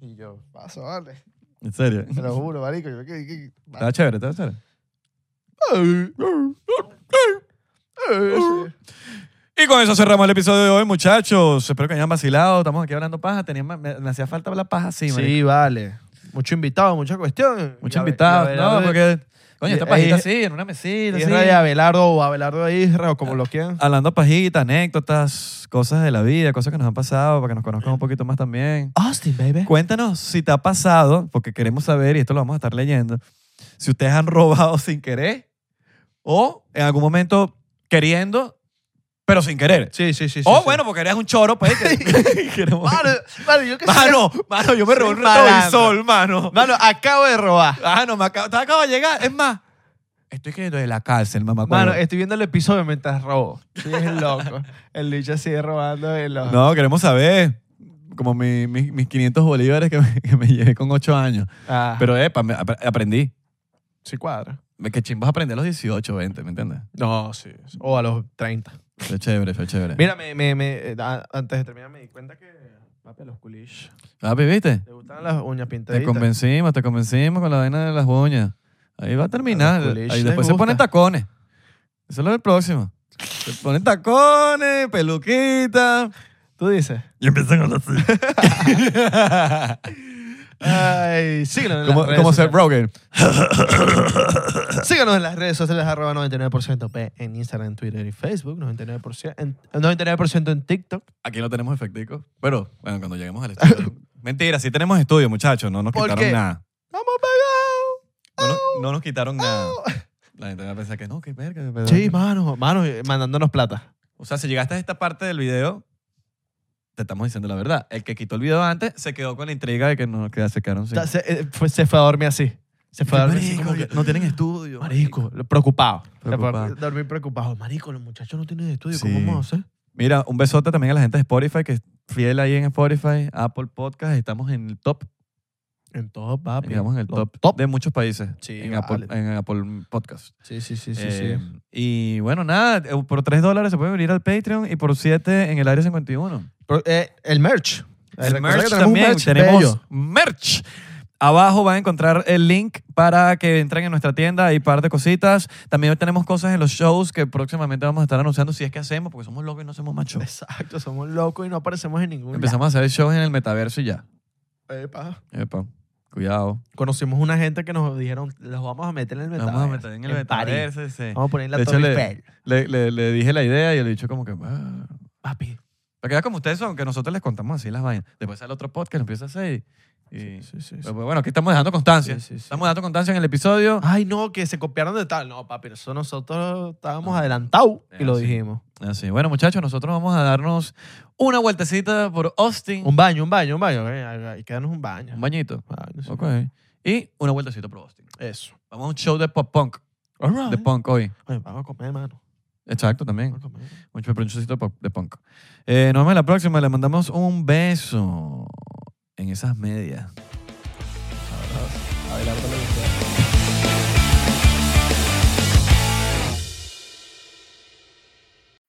Speaker 4: Y yo, paso, vale.
Speaker 2: ¿En serio?
Speaker 4: Te lo juro, marico. Yo, que, que-
Speaker 2: Estaba chévere, estaba chévere. Y con eso cerramos el episodio de hoy, muchachos. Espero que hayan vacilado. Estamos aquí hablando paja. Tenía, me, me hacía falta hablar paja, sí, marico.
Speaker 4: Sí, vale. Mucho invitado, mucha cuestión.
Speaker 2: Muchos invitados. No, porque. Coño, esta
Speaker 4: y-
Speaker 2: pajita
Speaker 4: y-
Speaker 2: así, en una mesita. así.
Speaker 4: Israel Abelardo o Abelardo de Israel, o como lo quieran.
Speaker 2: Hablando pajita, anécdotas, cosas de la vida, cosas que nos han pasado, para que nos conozcan un poquito más también.
Speaker 4: Austin, baby.
Speaker 2: Cuéntanos si te ha pasado, porque queremos saber, y esto lo vamos a estar leyendo, si ustedes han robado sin querer o en algún momento queriendo, pero sin querer.
Speaker 3: Sí, sí, sí. sí,
Speaker 2: o
Speaker 3: sí.
Speaker 2: Oh, bueno, porque eres un choro, pues. que- queremos-
Speaker 4: Vale, vale, yo que sé.
Speaker 2: mano, mano, yo me robé un
Speaker 3: malandro.
Speaker 2: retrovisor, mano.
Speaker 3: Mano, acabo de robar.
Speaker 2: Ah, no, me acabo, te acabo de llegar. Es más, estoy queriendo de la cárcel, mamá.
Speaker 3: Mano,
Speaker 2: huevo.
Speaker 3: estoy viendo el episodio mientras robo. Sí, es loco. El bicho sigue robando de los...
Speaker 2: No, queremos saber. Como mi- mi- mis 500 bolívares que me, que me llevé con 8 años.
Speaker 3: Ah,
Speaker 2: Pero, epa, me- ap- aprendí.
Speaker 3: sí cuadra.
Speaker 2: Que chimbas aprendí a los 18, 20, ¿me entiendes?
Speaker 3: No, sí. O a los 30.
Speaker 2: Fue chévere, fue chévere.
Speaker 3: Mira, me, me, me- eh, a- antes de terminar me di cuenta que... Papi, a los culish.
Speaker 2: Ah, ¿viste?
Speaker 3: ¿Te gustan las uñas
Speaker 2: Te
Speaker 3: pintaditas?
Speaker 2: convencimos, te convencimos con la vaina de las uñas. Ahí va a terminar.
Speaker 4: A los culiches
Speaker 2: Ahí
Speaker 4: les
Speaker 2: después se
Speaker 4: gusta.
Speaker 2: ponen tacones. Eso es lo del próximo. Se ponen tacones, peluquita.
Speaker 4: Tú dices.
Speaker 2: Y empiezan a hablar así.
Speaker 4: Ay, síguenos en
Speaker 2: Como,
Speaker 4: las redes
Speaker 2: como Seth
Speaker 4: sociales.
Speaker 2: Rogen.
Speaker 4: Síganos en las redes sociales, arroba 99% P en Instagram, Twitter y Facebook, 99%, en, 99% en TikTok.
Speaker 2: Aquí no tenemos efectico. Pero, bueno, cuando lleguemos al estudio. Mentira, sí tenemos estudio, muchachos. No nos
Speaker 4: ¿Por
Speaker 2: quitaron
Speaker 4: qué?
Speaker 2: nada.
Speaker 4: ¡Vamos pegados!
Speaker 2: No, nos- no nos quitaron nada. La gente va a pensar que no, qué verga. qué verga.
Speaker 4: Oh. Sí, mano, mano, eh, mandándonos plata.
Speaker 2: O sea, si llegaste a esta parte del video, te estamos diciendo la verdad. El que quitó el video antes se quedó con la intriga de que no que se quedaron
Speaker 4: O
Speaker 2: sin.
Speaker 4: sea, se, eh, fue, se fue a dormir así. Se fue a dormir así.
Speaker 2: Marico,
Speaker 4: como que-
Speaker 2: no tienen estudio.
Speaker 4: Marico, lo- preocupado. Se fue a
Speaker 2: Preocupado.
Speaker 4: Dormir preocupado. Marico, los muchachos no tienen estudio.
Speaker 2: Sí.
Speaker 4: ¿Cómo vamos a hacer?
Speaker 2: Mira, un besote también a la gente de Spotify, que es fiel ahí en Spotify, Apple Podcast. Estamos en el top.
Speaker 4: En todo, papi.
Speaker 2: Digamos en el
Speaker 4: Los
Speaker 2: top, de muchos países.
Speaker 4: Sí,
Speaker 2: en, Apple,
Speaker 4: vale.
Speaker 2: en Apple Podcast.
Speaker 4: Sí, sí, sí, sí.
Speaker 2: Eh, Y bueno, nada, eh, por 3 dólares se puede venir al Patreon y por 7 en el área 51.
Speaker 4: sí. Pero, eh, el merch. Eh,
Speaker 2: El
Speaker 4: recuerda que
Speaker 2: merch
Speaker 4: tenemos un
Speaker 2: también,
Speaker 4: merch
Speaker 2: tenemos
Speaker 4: bello.
Speaker 2: merch. Abajo van a encontrar el link para que entren en nuestra tienda y par de cositas. También tenemos cosas en los shows que próximamente vamos a estar anunciando si es que hacemos, porque somos locos y no hacemos más shows.
Speaker 4: Exacto, somos locos y no aparecemos en ningún
Speaker 2: Empezamos a hacer shows en el metaverso y ya.
Speaker 4: lado. Epa.
Speaker 2: Epa, cuidado.
Speaker 4: Conocimos una gente que nos dijeron, los vamos a meter en el metaverso.
Speaker 2: Vamos a meter en
Speaker 4: París.
Speaker 2: el
Speaker 4: Oh.
Speaker 2: metaverso. sí.
Speaker 4: Vamos a poner en la
Speaker 2: De hecho,
Speaker 4: Torre
Speaker 2: le-
Speaker 4: Eiffel.
Speaker 2: Le, le- le dije la idea y el dicho como que... "Ah,
Speaker 4: Papi.
Speaker 2: Para que vean como ustedes son, que nosotros les contamos así las vainas. Después sale otro podcast, lo empieza a hacer y... y-
Speaker 4: Sí, sí, sí.
Speaker 2: Pero bueno, aquí estamos dejando constancia.
Speaker 4: Sí, sí, sí.
Speaker 2: Estamos dejando constancia en el episodio.
Speaker 4: Ay, no, que se copiaron de tal. No, papi, eso nosotros estábamos
Speaker 2: No.
Speaker 4: adelantados y
Speaker 2: Es
Speaker 4: lo
Speaker 2: así.
Speaker 4: dijimos.
Speaker 2: Así. Bueno, muchachos, nosotros vamos a darnos una vueltecita por Austin.
Speaker 4: Un baño, un baño, un baño. eh, Hay hay que darnos un baño.
Speaker 2: Un bañito.
Speaker 4: Baño, sí.
Speaker 2: Ok. Y una vueltecita por Austin.
Speaker 4: Eso.
Speaker 2: Vamos a un show de pop punk. De punk hoy.
Speaker 4: Oye, vamos a comer, mano.
Speaker 2: Exacto, también.
Speaker 4: Vamos a comer.
Speaker 2: Un show- pero un showcito de pop- de punk. Eh, nos vemos en la próxima. Le mandamos un beso en esas medias.